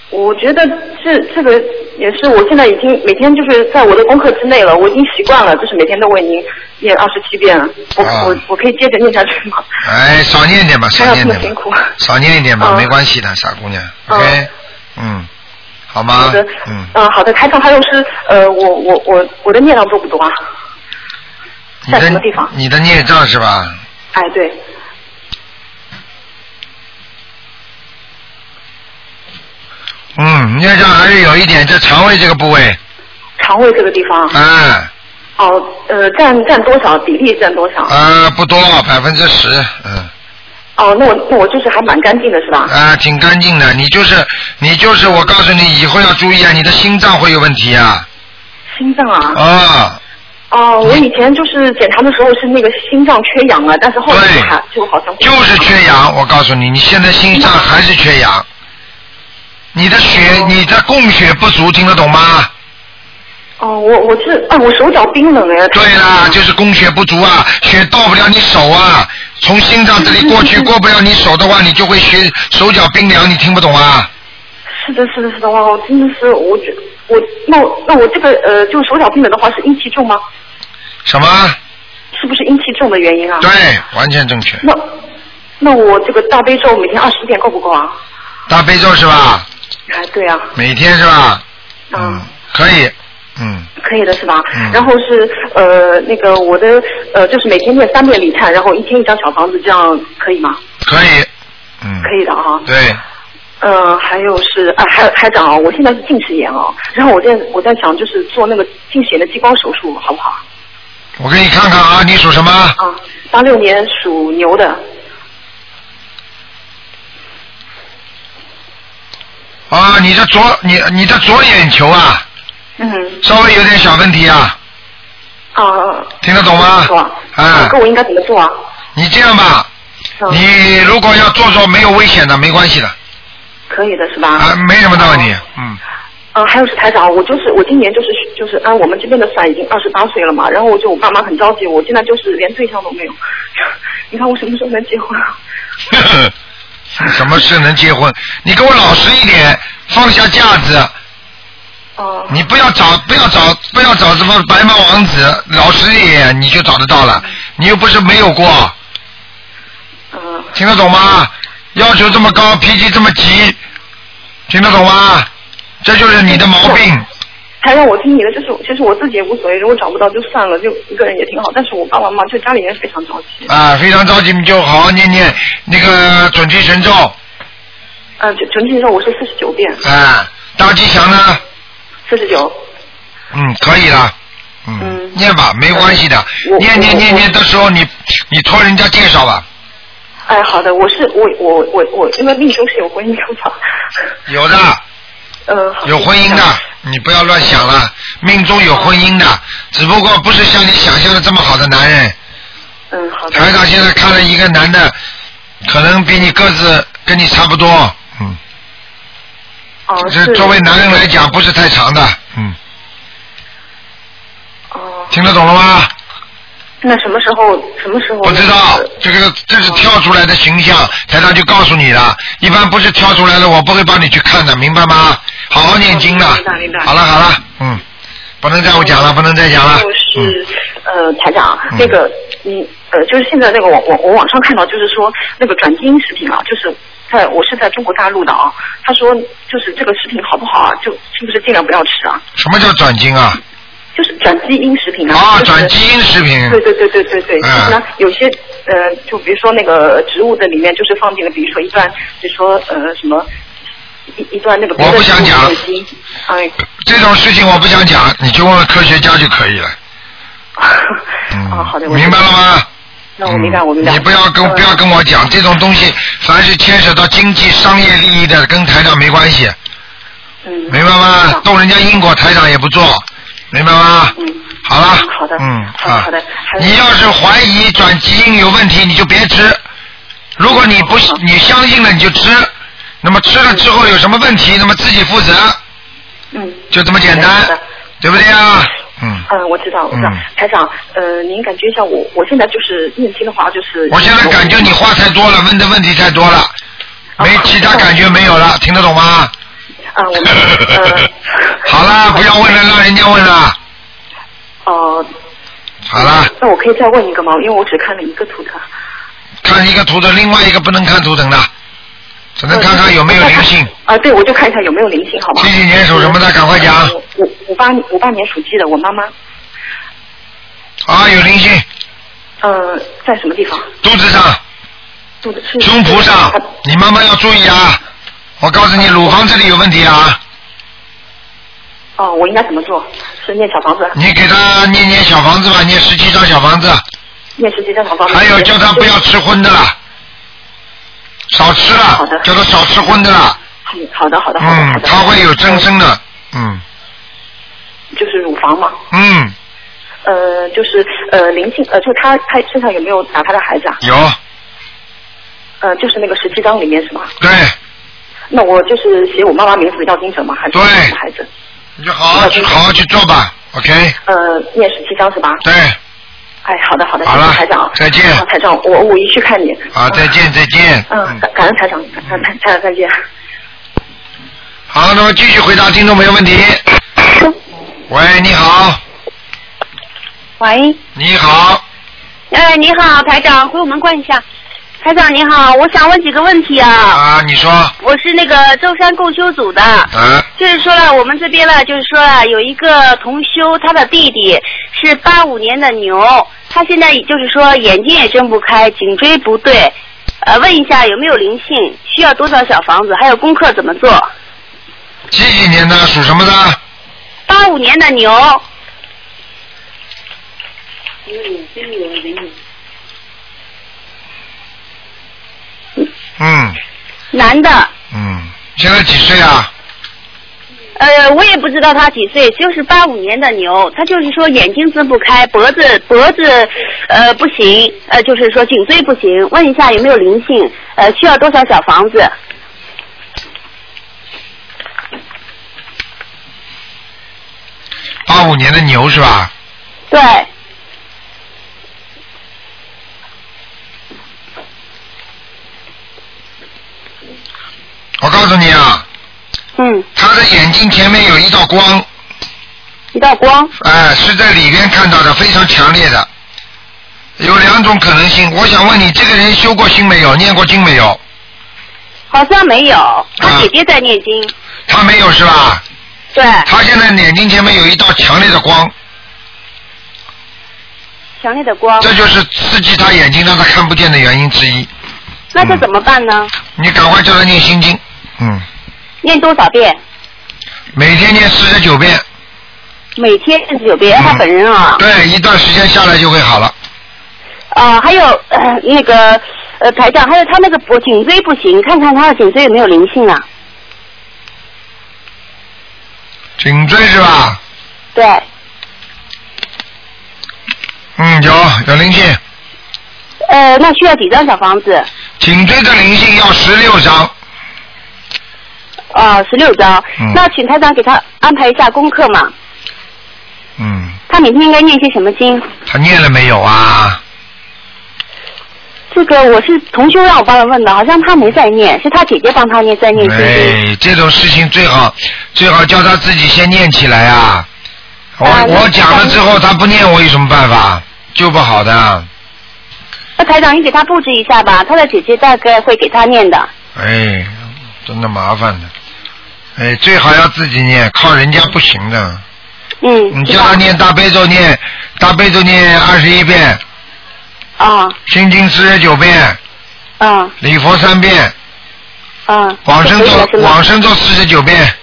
Speaker 6: 我觉得这这个也是，我现在已经每天就是在我的功课之内了，我已经习惯了，就是每天都为您念二十七遍，我、
Speaker 1: 啊
Speaker 6: 我我可以接着念下去吗？
Speaker 1: 哎，少念一点吧，
Speaker 6: 台
Speaker 1: 少
Speaker 6: 长
Speaker 1: 念
Speaker 6: 这
Speaker 1: 一
Speaker 6: 么
Speaker 1: 点
Speaker 6: 辛
Speaker 1: 吧，
Speaker 6: 苦，
Speaker 1: 少念一点吧，
Speaker 6: 嗯
Speaker 1: 没关系的，傻姑娘
Speaker 6: 嗯
Speaker 1: ，OK，嗯，好
Speaker 6: 好
Speaker 1: 吗
Speaker 6: 的？，
Speaker 1: 嗯，
Speaker 6: 呃好的，台长还有是呃我我我我的念量多不多啊？
Speaker 1: 你
Speaker 6: 在
Speaker 1: 的
Speaker 6: 什么地方
Speaker 1: 你的孽障是吧？
Speaker 6: 哎对，
Speaker 1: 嗯，孽障还是有一点，在肠胃这个部位，
Speaker 6: 肠胃这个地方。
Speaker 1: 哎、
Speaker 6: 哦，呃，占占多少比例占多少？
Speaker 1: 呃，不多，百分之十，嗯，
Speaker 6: 哦，那我那我就是还蛮干净的是吧？
Speaker 1: 啊，挺干净的。你就是你就是，我告诉你，以后要注意啊，你的心脏会有问题啊。
Speaker 6: 心脏啊，
Speaker 1: 啊，
Speaker 6: 哦，我以前就是检查的时候是那个心脏缺氧啊，但是后来
Speaker 1: 对
Speaker 6: 还就好像嗯
Speaker 1: 就是缺氧，我告诉你，你现在心脏还是缺氧，你的血，你的供血不足，听得懂吗？
Speaker 6: 哦，我我是啊，我手脚冰冷哎。
Speaker 1: 对啦，就是供血不足啊，血到不了你手啊，从心脏这里过 去，过不了你手的话，你就会血手脚冰凉，你听不懂啊？
Speaker 6: 是的，是的，是的，哇，我真的是我觉我那我那我这个呃，就手脚冰冷的话是阴气重吗？
Speaker 1: 什么？
Speaker 6: 是不是阴气重的原因啊？
Speaker 1: 对，完全正确。
Speaker 6: 那那我这个大悲咒每天二十遍够不够啊？
Speaker 1: 大悲咒是吧？
Speaker 6: 哎，对啊，
Speaker 1: 每天是吧？
Speaker 6: 啊。
Speaker 1: 嗯，可以，嗯，
Speaker 6: 可以的是吧？
Speaker 1: 嗯
Speaker 6: 然后是呃那个我的呃就是每天念三遍礼忏，然后一天一张小房子，这样可以吗？
Speaker 1: 可以，嗯，
Speaker 6: 可以的啊。
Speaker 1: 对，
Speaker 6: 呃，还有是啊，还还长啊，我现在是近视眼哦，然后我在我在想就是做那个近视眼的激光手术好不好？
Speaker 1: 我给你看看啊，你属什么？
Speaker 6: 啊，八六年属牛的，
Speaker 1: 啊，你的左你你的左眼球啊，
Speaker 6: 嗯，
Speaker 1: 稍微有点小问题啊，
Speaker 6: 啊，
Speaker 1: 听得懂吗
Speaker 6: 是吧？？
Speaker 1: 啊
Speaker 6: 那，我应该怎么做啊？
Speaker 1: 你这样吧，
Speaker 6: 嗯
Speaker 1: 你如果要做做没有危险的，没关系的，
Speaker 6: 可以的是吧？
Speaker 1: 啊，没什么大问题，嗯，
Speaker 6: 啊，还有是台长，我就是我今年就是就是按我们这边的算已经二十八岁了嘛，然后我就我爸妈很着急，我现在就是连对象都没有， 你看我什么时候能结婚啊？
Speaker 1: 什么事能结婚？你给我老实一点，放下架子，
Speaker 6: 哦、
Speaker 1: 你不要找不要找不要找什么白马王子，老实一点你就找得到了，你又不是没有过，
Speaker 6: 嗯、
Speaker 1: 听得懂吗？要求这么高，脾气这么急，听得懂吗？这就是你的毛病。
Speaker 6: 台长，我听你的，就是其实我自己也无所谓，如果找不到就算了，就一个人也挺好，但是我爸爸妈妈就家里人非常着急，
Speaker 1: 啊，非常着急，你就好好念念那个准提神咒
Speaker 6: 嗯、准准确说我是四十九遍，
Speaker 1: 啊，大吉祥呢，
Speaker 6: 四十九，
Speaker 1: 嗯，可以了，嗯，
Speaker 6: 嗯
Speaker 1: 念吧，没关系的，
Speaker 6: 我
Speaker 1: 念念
Speaker 6: 我
Speaker 1: 念念的时候你你托人家介绍吧，
Speaker 6: 哎，好的，我是我我我我因为命中是有婚姻的嘛，
Speaker 1: 有的
Speaker 6: 呃，好
Speaker 1: 有婚姻的，你不要乱想了，命中有婚姻的，只不过不是像你想象的这么好的男人。
Speaker 6: 嗯，好的，
Speaker 1: 台长现在看了一个男的，可能比你个子跟你差不多，嗯，
Speaker 6: 哦、
Speaker 1: 这
Speaker 6: 是
Speaker 1: 作为男人来讲不是太长的，嗯，
Speaker 6: 哦、
Speaker 1: 听得懂了吗？
Speaker 6: 那什么时候什么时候哦
Speaker 1: 不知道，这个这是跳出来的形象，台长就告诉你了。一般不是跳出来了，我不会帮你去看的，明白吗？好好念经的
Speaker 6: 哦明白明白。
Speaker 1: 好了好了，嗯，不能再我讲了，不能再讲了嗯
Speaker 6: 就。哦是呃，台长
Speaker 1: 嗯，
Speaker 6: 那个你呃，就是现在那个网我我网上看到，就是说那个转基因食品啊，就是在我是在中国大陆的啊，他说就是这个食品好不好啊，就是不是尽量不要吃啊，
Speaker 1: 什么叫转经啊？
Speaker 6: 就是转基因食品啊，
Speaker 1: 啊，
Speaker 6: 就是
Speaker 1: 转基因食品。
Speaker 6: 对对对对对对，
Speaker 1: 嗯
Speaker 6: 就是呢，有些呃，就比如说那个植物的里面，就是放进了，比如说一段，比如说呃什么一一段那个别
Speaker 1: 我
Speaker 6: 的
Speaker 1: 不想
Speaker 6: 植物
Speaker 1: 讲
Speaker 6: 的基因，哎，
Speaker 1: 这种事情我不想讲，你就问问科学家就可 以了。嗯，
Speaker 6: 啊好的，我
Speaker 1: 明白了吗？
Speaker 6: 那我明白，我明白。
Speaker 1: 你不要跟
Speaker 6: 嗯
Speaker 1: 不要跟我讲这种东西，凡是牵扯到经济商业利益的，跟台长没关系。
Speaker 6: 嗯，
Speaker 1: 明白吗？动人家因果，台长也不做，明白吗？
Speaker 6: 嗯
Speaker 1: 好了。
Speaker 6: 嗯好的
Speaker 1: 嗯
Speaker 6: 好的
Speaker 1: 啊
Speaker 6: 好的还有
Speaker 1: 你要是怀疑转基因有问题，你就别吃。如果你不
Speaker 6: 好
Speaker 1: 你相信了，你就吃。那么吃了之后有什么问题，那么自己负责，
Speaker 6: 嗯
Speaker 1: 就这么简
Speaker 6: 好
Speaker 1: 单
Speaker 6: 的，
Speaker 1: 对不对啊？嗯。
Speaker 6: 嗯，我知道，我知道
Speaker 1: 嗯，
Speaker 6: 台长，呃，您感觉一下我，我现在就是念经的话，就是
Speaker 1: 我现在感觉你话太多了，问的问题太多了，没
Speaker 6: 啊
Speaker 1: 其他感觉没有了，听得懂吗？，
Speaker 6: 啊，我们呃
Speaker 1: 好了，不要问了，让人家问了。
Speaker 6: 哦、
Speaker 1: 好了，
Speaker 6: 那我可以再问一个吗？因为我只看了一个图腾。
Speaker 1: 看一个图腾，另外一个不能看图腾的，只能看看有没有灵 性。
Speaker 6: 啊，对，我就看一下有没有灵性，好吗？
Speaker 1: 几几年属什么的赶快讲
Speaker 6: 呃五五八五八年属鸡的，我妈妈，
Speaker 1: 啊，有灵性，
Speaker 6: 呃，在什么地方？
Speaker 1: 肚子上、
Speaker 6: 肚子是
Speaker 1: 胸脯上，你妈妈要注意啊！我告诉你，乳房这里有问题啊！
Speaker 6: 哦，我应该怎么做？是念小房子，
Speaker 1: 你给她念念小房子吧，念十七张小房子，
Speaker 6: 念十几张小房子。
Speaker 1: 还有叫她不要吃荤的啦，少吃
Speaker 6: 好
Speaker 1: 了
Speaker 6: 的，
Speaker 1: 叫她少吃荤的啦。
Speaker 6: 嗯。好的，好的，好的，好
Speaker 1: 嗯，
Speaker 6: 的
Speaker 1: 她会有增生的。嗯
Speaker 6: 就是乳房嘛，
Speaker 1: 嗯，
Speaker 6: 呃，就是呃灵性，呃，就他他身上有没有打他的孩子啊？
Speaker 1: 有
Speaker 6: 呃，就是那个十七章里面是吧？
Speaker 1: 对，
Speaker 6: 那我就是写我妈妈名字要精神吗？还是
Speaker 1: 对
Speaker 6: 我的孩子？
Speaker 1: 你就好好去好好去做吧。OK，
Speaker 6: 呃，念十七章是吧？
Speaker 1: 对，
Speaker 6: 哎，好的好的，
Speaker 1: 好了嗯
Speaker 6: 谢谢台长，啊
Speaker 1: 再见
Speaker 6: 好台长，我五一去看你。
Speaker 1: 好，再见再见。
Speaker 6: 嗯，感感恩台长，感恩台台长再见。
Speaker 1: 好，那么继续回答听众朋友问题。喂，你好，
Speaker 8: 喂，
Speaker 1: 你好，
Speaker 8: 哎，你好，台长，回我们关一下。台长你好，我想问几个问题啊。
Speaker 1: 啊，你说，
Speaker 8: 我是那个舟山共修组的，
Speaker 1: 啊，
Speaker 8: 就是说了我们这边呢，就是说了有一个同修，他的弟弟是八五年的牛，他现在就是说眼睛也睁不开，颈椎不对，呃，问一下有没有灵性，需要多少小房子，还有功课怎么做？
Speaker 1: 几几年的，属什么的？
Speaker 8: 八五年的牛，
Speaker 1: 嗯
Speaker 8: 男的，
Speaker 1: 嗯，现在几岁啊？
Speaker 8: 呃，我也不知道他几岁，就是八五年的牛，他就是说眼睛睁不开，脖子脖子呃不行，呃就是说颈椎不行，问一下有没有灵性，呃需要多少小房子？
Speaker 1: 八五年的牛是吧？
Speaker 8: 对，
Speaker 1: 我告诉你啊，
Speaker 8: 嗯，
Speaker 1: 他的眼睛前面有一道光，
Speaker 8: 一道光，
Speaker 1: 哎、是在里边看到的，非常强烈的。有两种可能性，我想问你，这个人修过心没有？念过经没有？
Speaker 8: 好像没有，
Speaker 1: 啊
Speaker 8: 他姐姐在念经，
Speaker 1: 他没有是吧？
Speaker 8: 对，
Speaker 1: 他现在眼睛前面有一道强烈的光，
Speaker 8: 啊强烈的光，
Speaker 1: 这就是刺激他眼睛让他看不见的原因之一。
Speaker 8: 那这怎么办呢？
Speaker 1: 嗯你赶快叫他念心经，嗯，
Speaker 8: 念多少遍？
Speaker 1: 每天念四十九遍，
Speaker 8: 每天四十九
Speaker 1: 嗯
Speaker 8: 遍，他本人啊，
Speaker 1: 对，一段时间下来就会好了。
Speaker 8: 啊，还有、呃、那个呃台长，还有他那个脖颈椎不行，看看他的颈椎有没有灵性啊？
Speaker 1: 颈椎是吧？
Speaker 8: 对，
Speaker 1: 嗯，有有灵性，
Speaker 8: 呃，那需要几张小房子？
Speaker 1: 颈椎的灵性要十六张，
Speaker 8: 啊，十六张。
Speaker 1: 嗯
Speaker 8: 那请台长给他安排一下功课嘛。
Speaker 1: 嗯，
Speaker 8: 他每天应该念些什么经？
Speaker 1: 他念了没有啊？
Speaker 8: 这个我是同修让我帮他问的，好像他没在念，是他姐姐帮他念在念心经。
Speaker 1: 哎，这种事情最好最好叫他自己先念起来啊！我、
Speaker 8: 啊那
Speaker 1: 我讲了之后他不念，我有什么办法？救不好的。
Speaker 8: 那台长，你给他布置一下吧，他的姐姐大概会给他念的。
Speaker 1: 哎，真的麻烦的。哎，最好要自己念，靠人家不行的。
Speaker 8: 嗯，
Speaker 1: 你
Speaker 8: 知
Speaker 1: 叫
Speaker 8: 道
Speaker 1: 他念大悲咒念，大悲咒念二十一遍，
Speaker 8: 啊
Speaker 1: 心经四十九遍，
Speaker 8: 啊
Speaker 1: 礼佛三遍，
Speaker 8: 啊，
Speaker 1: 往生
Speaker 8: 就可以了是
Speaker 1: 咒
Speaker 8: 吗
Speaker 1: 往生咒四十九遍，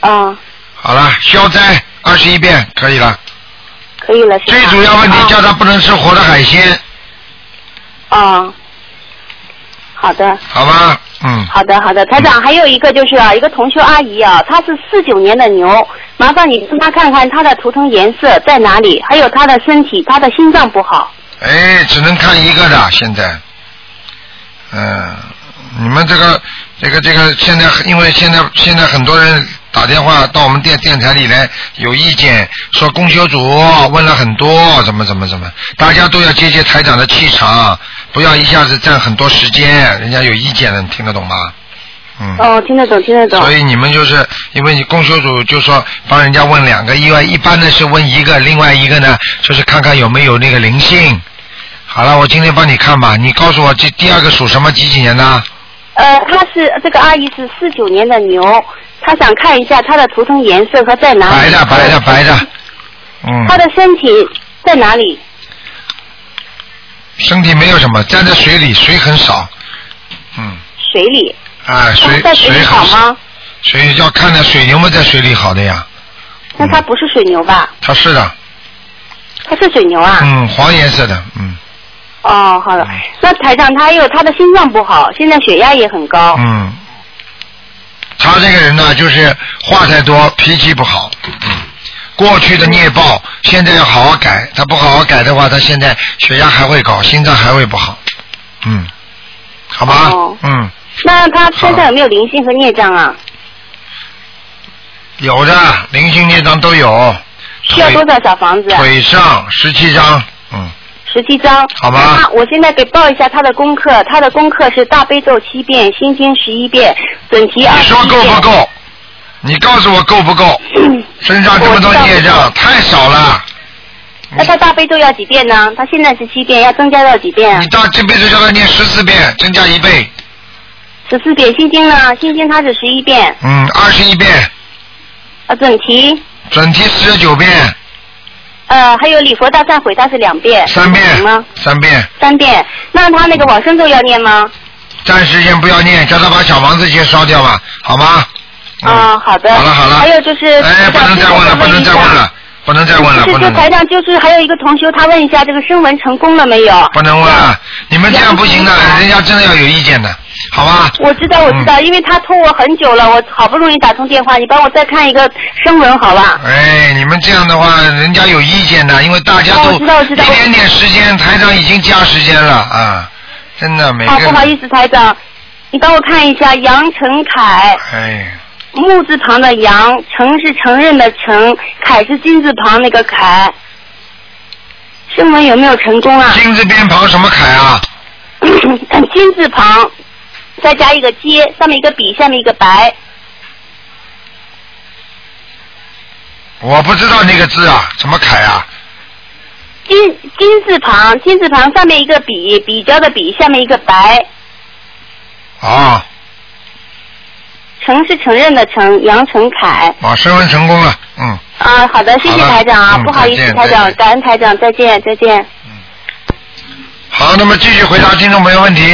Speaker 8: 啊，
Speaker 1: 好了，消灾二十一遍可以了。
Speaker 8: 可以了是吗？
Speaker 1: 最主要问题
Speaker 8: 啊
Speaker 1: 叫他不能吃活的海鲜，
Speaker 8: 啊，好的，
Speaker 1: 好吧？嗯，
Speaker 8: 好的，好的，台长，还有一个就是啊，一个同修阿姨啊，她是四九年的牛，麻烦你帮她看看她的图腾颜色在哪里，还有她的身体，她的心脏不好。
Speaker 1: 哎，只能看一个的现在。嗯，你们这个这个这个现在因为现在现在很多人打电话到我们电电台里来有意见，说公修组问了很多，怎么怎么怎么，大家都要接接台长的气场，不要一下子占很多时间，人家有意见了，你听得懂吗？嗯。
Speaker 8: 哦，听得懂，听得懂。
Speaker 1: 所以你们就是因为你供修组就说帮人家问两个，因为一般的是问一个，另外一个呢就是看看有没有那个灵性。好了，我今天帮你看吧，你告诉我这第二个属什么几几年的？
Speaker 8: 呃，她是这个阿姨是四九年的牛，她想看一下她的图腾颜色和在哪
Speaker 1: 白
Speaker 8: 里。
Speaker 1: 的，白的，白的。嗯
Speaker 8: 呃她，的身体在哪里？
Speaker 1: 身体没有什么，站在水里，水很少。嗯，
Speaker 8: 水里。
Speaker 1: 啊，水
Speaker 8: 她在水
Speaker 1: 水
Speaker 8: 里好
Speaker 1: 很少，
Speaker 8: 吗？
Speaker 1: 水要看的水牛嘛，在水里好的呀。
Speaker 8: 那
Speaker 1: 嗯
Speaker 8: 她不是水牛吧？
Speaker 1: 它是的，
Speaker 8: 啊她是水牛啊。
Speaker 1: 嗯，黄颜色的，嗯
Speaker 8: 哦，好了，那台长他有他的心脏不好，现在血压也很高。
Speaker 1: 嗯。他这个人呢，就是话太多，脾气不好。嗯过去的孽报，现在要好好改。他不好好改的话，他现在血压还会高，心脏还会不好。嗯，好吧，
Speaker 8: 哦
Speaker 1: 嗯，
Speaker 8: 那他身上有没有灵性和孽障啊？
Speaker 1: 有的
Speaker 8: 嗯
Speaker 1: 灵性孽障都有。
Speaker 8: 需要
Speaker 1: 腿
Speaker 8: 多少小房子？啊
Speaker 1: 腿上十七张，嗯，
Speaker 8: 十七张。
Speaker 1: 好吧
Speaker 8: 那他我现在给报一下他的功课，他的功课是大悲咒七遍，心经十一遍，准提二
Speaker 1: 你
Speaker 8: 十
Speaker 1: 说
Speaker 8: 一
Speaker 1: 够
Speaker 8: 遍。
Speaker 1: 不够？你告诉我够不够？
Speaker 8: 嗯
Speaker 1: 身上这么多孽障，太少了。
Speaker 8: 那他大悲咒要几遍呢？他现在是七遍，要增加到几遍啊
Speaker 1: 你？到这辈子叫他念十四遍，增加一倍，
Speaker 8: 十四遍。心经呢？心经他是十一遍。
Speaker 1: 嗯，二十一遍，
Speaker 8: 呃，准提，
Speaker 1: 准提四十九遍，
Speaker 8: 呃，还有礼佛大忏悔，他是两遍。
Speaker 1: 三
Speaker 8: 行吗
Speaker 1: 遍？，三遍。
Speaker 8: 三遍。那他那个往生咒要念吗？
Speaker 1: 暂时先不要念，叫他把小房子先烧掉吧，好吗？嗯
Speaker 8: 啊，好的。
Speaker 1: 好了好了。
Speaker 8: 还有就是，
Speaker 1: 哎，不能再问了，不能再问了。不能再问了，不
Speaker 8: 是，就
Speaker 1: 能
Speaker 8: 台
Speaker 1: 问，
Speaker 8: 长，就是还有一个同修，他问一下这个声纹成功了没有？
Speaker 1: 不能问了，你们这样不行的，人家真的要有意见的，好吧？
Speaker 8: 我知道，我知
Speaker 1: 嗯
Speaker 8: 道，因为他拖我很久了，我好不容易打通电话，你帮我再看一个声纹好吧？
Speaker 1: 哎，你们这样的话，人家有意见的，因为大家
Speaker 8: 哦
Speaker 1: 都
Speaker 8: 我知道我知道
Speaker 1: 一点点时间，台长已经加时间了啊，真的每
Speaker 8: 啊，
Speaker 1: 个人。
Speaker 8: 不好意思，台长，你帮我看一下杨成凯，
Speaker 1: 哎，
Speaker 8: 木字旁的杨，承是承认的承，凯是金字旁那个凯，声纹有没有成功啊？
Speaker 1: 金字边旁什么凯啊？
Speaker 8: 金字旁，再加一个接，上面一个笔，下面一个白，
Speaker 1: 我不知道那个字啊，什么凯啊？
Speaker 8: 金金字旁，金字旁上面一个笔，比较的比，下面一个白，
Speaker 1: 哦，
Speaker 8: 承是承认的承，杨成凯。
Speaker 1: 啊，升温成功了，嗯。
Speaker 8: 啊，好的，谢谢
Speaker 1: 好了
Speaker 8: 台长啊，
Speaker 1: 嗯
Speaker 8: 不好意
Speaker 1: 再
Speaker 8: 思，
Speaker 1: 见
Speaker 8: 台
Speaker 1: 再
Speaker 8: 长，
Speaker 1: 见
Speaker 8: 感恩台长，再见，再见。
Speaker 1: 好，那么继续回答听众朋友问题。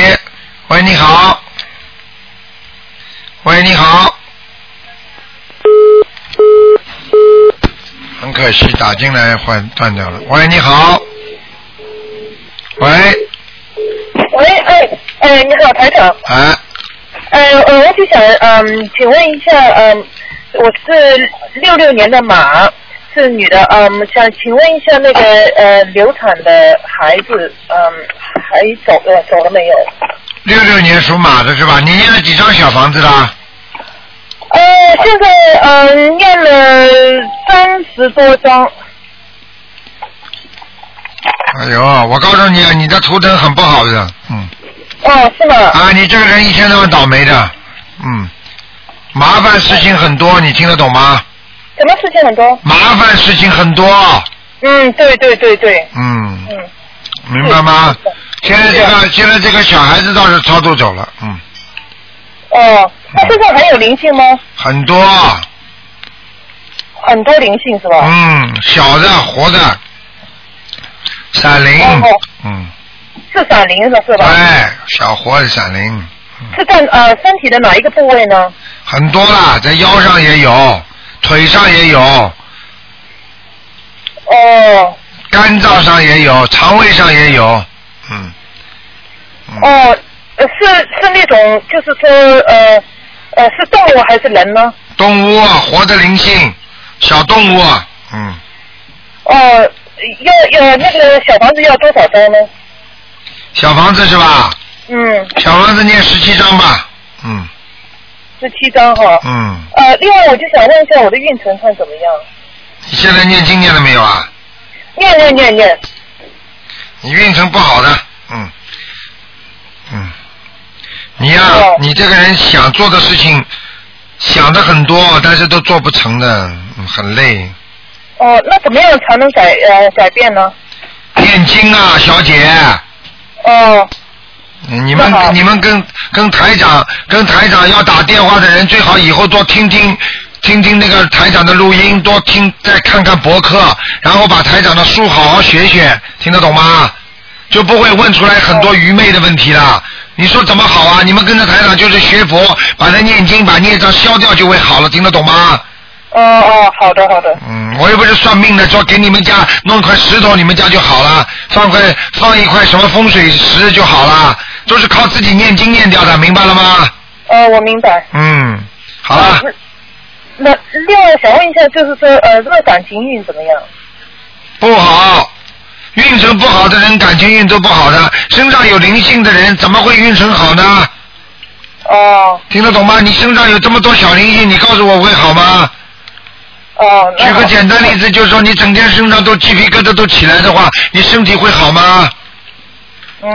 Speaker 1: 喂，你好。喂，你好。很可惜，打进来换断掉了。喂，你好。喂，
Speaker 9: 喂，哎，哎，你好，台长，
Speaker 1: 哎，
Speaker 9: 呃，呃，我就想，嗯，请问一下，嗯，我是六六年的马，是女的，嗯，想请问一下那个
Speaker 3: 啊
Speaker 9: 呃流产的孩子，嗯，还走了走了没有？
Speaker 1: 六六年属马的是吧？你念了几张小房子啦？
Speaker 9: 呃，现在呃念了三十多章，
Speaker 1: 哎呦，我告诉你啊，你的图腾很不好的，嗯。
Speaker 9: 哦，是吗？
Speaker 1: 啊，你这个人一天到晚倒霉的，嗯，麻烦事情很多，你听得懂吗？
Speaker 9: 什么事情很多？
Speaker 1: 麻烦事情很多，
Speaker 9: 嗯，对对对对，
Speaker 1: 嗯，
Speaker 9: 嗯，
Speaker 1: 明白吗
Speaker 9: 是的？
Speaker 1: 现在这个现在这个小孩子倒是超度走了，嗯，
Speaker 9: 哦，那身上还有灵性吗？
Speaker 1: 很多，
Speaker 9: 哦很多灵性是吧？
Speaker 1: 嗯，小的活的，闪灵
Speaker 9: 哦，
Speaker 1: 嗯，
Speaker 9: 是闪灵的是吧？
Speaker 1: 对，小活的闪灵
Speaker 9: 是在呃身体的哪一个部位呢？
Speaker 1: 很多啦，在腰上也有，腿上也有，
Speaker 9: 哦
Speaker 1: 肝脏上也有，肠胃上也有，嗯，嗯
Speaker 9: 哦，呃是是那种就是说呃呃是动物还是人呢？
Speaker 1: 动物啊，活的灵性，小动物啊，嗯，
Speaker 9: 哦、要要那个小房子要多少张呢？
Speaker 1: 小房子是吧？
Speaker 9: 嗯，
Speaker 1: 小房子念十七章吧，嗯
Speaker 9: 十七张哈。
Speaker 1: 嗯，
Speaker 9: 呃，另外我就想问一下我的运程看怎么样？
Speaker 1: 你现在念经念了没有啊？
Speaker 9: 念念念念，
Speaker 1: 你运程不好的，嗯嗯，你呀、
Speaker 9: 哦
Speaker 1: 你这个人想做的事情想的很多，但是都做不成的，嗯很累。
Speaker 9: 哦、那怎么样才能改呃改变呢？
Speaker 1: 念经啊，小姐，
Speaker 9: 哦、
Speaker 1: 你们
Speaker 9: 那好
Speaker 1: 你们跟跟台长跟台长要打电话的人，最好以后多听听听听那个台长的录音，多听再看看博客，然后把台长的书好好学学，听得懂吗？就不会问出来很多愚昧的问题了。你说怎么好啊？你们跟着台长就是学佛，把它念经，把孽障消掉就会好了，听得懂吗？
Speaker 9: 哦哦，好的好的，
Speaker 1: 嗯，我又不是算命的，说给你们家弄块石头，你们家就好了，放块放一块什么风水石就好了，都是靠自己念经念掉的，明白了吗？
Speaker 9: 呃，我明白。
Speaker 1: 嗯，好了，
Speaker 9: 那另外想问一下，就是说呃，这个感情运怎么样？
Speaker 1: 不好，运程不好的人，感情运都不好的，身上有灵性的人，怎么会运程好呢？
Speaker 9: 哦
Speaker 1: 听得懂吗？你身上有这么多小灵性，你告诉我会好吗？
Speaker 9: 哦，那
Speaker 1: 举个
Speaker 9: 好
Speaker 1: 简单例子，就是说你整天身上都鸡皮疙瘩都起来的话，你身体会好吗？
Speaker 9: 嗯，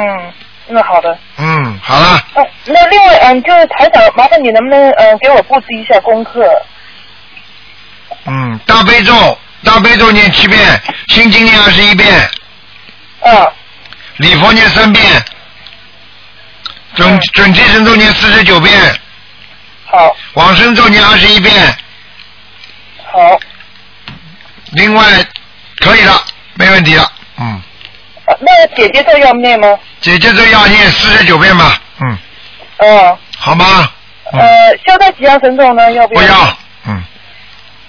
Speaker 9: 那好的。
Speaker 1: 嗯，好了，
Speaker 9: 哦、那另外，嗯，就是台长，麻烦你能不能嗯给我布置一下功课？
Speaker 1: 嗯，大悲咒，大悲咒念七遍，心经念二十一遍，
Speaker 9: 啊，
Speaker 1: 礼佛念三遍，准
Speaker 9: 嗯
Speaker 1: 准提神咒念四十九遍，
Speaker 9: 好，
Speaker 1: 往生咒念二十一遍，
Speaker 9: 好。
Speaker 1: 另外可以了，没问题了，嗯，
Speaker 9: 啊那姐姐这要念吗？
Speaker 1: 姐姐咒要念四十九遍吧，嗯，
Speaker 9: 嗯，
Speaker 1: 好吗？嗯，
Speaker 9: 呃，消灾吉祥神咒呢？要不
Speaker 1: 不
Speaker 9: 要？
Speaker 1: 要，嗯，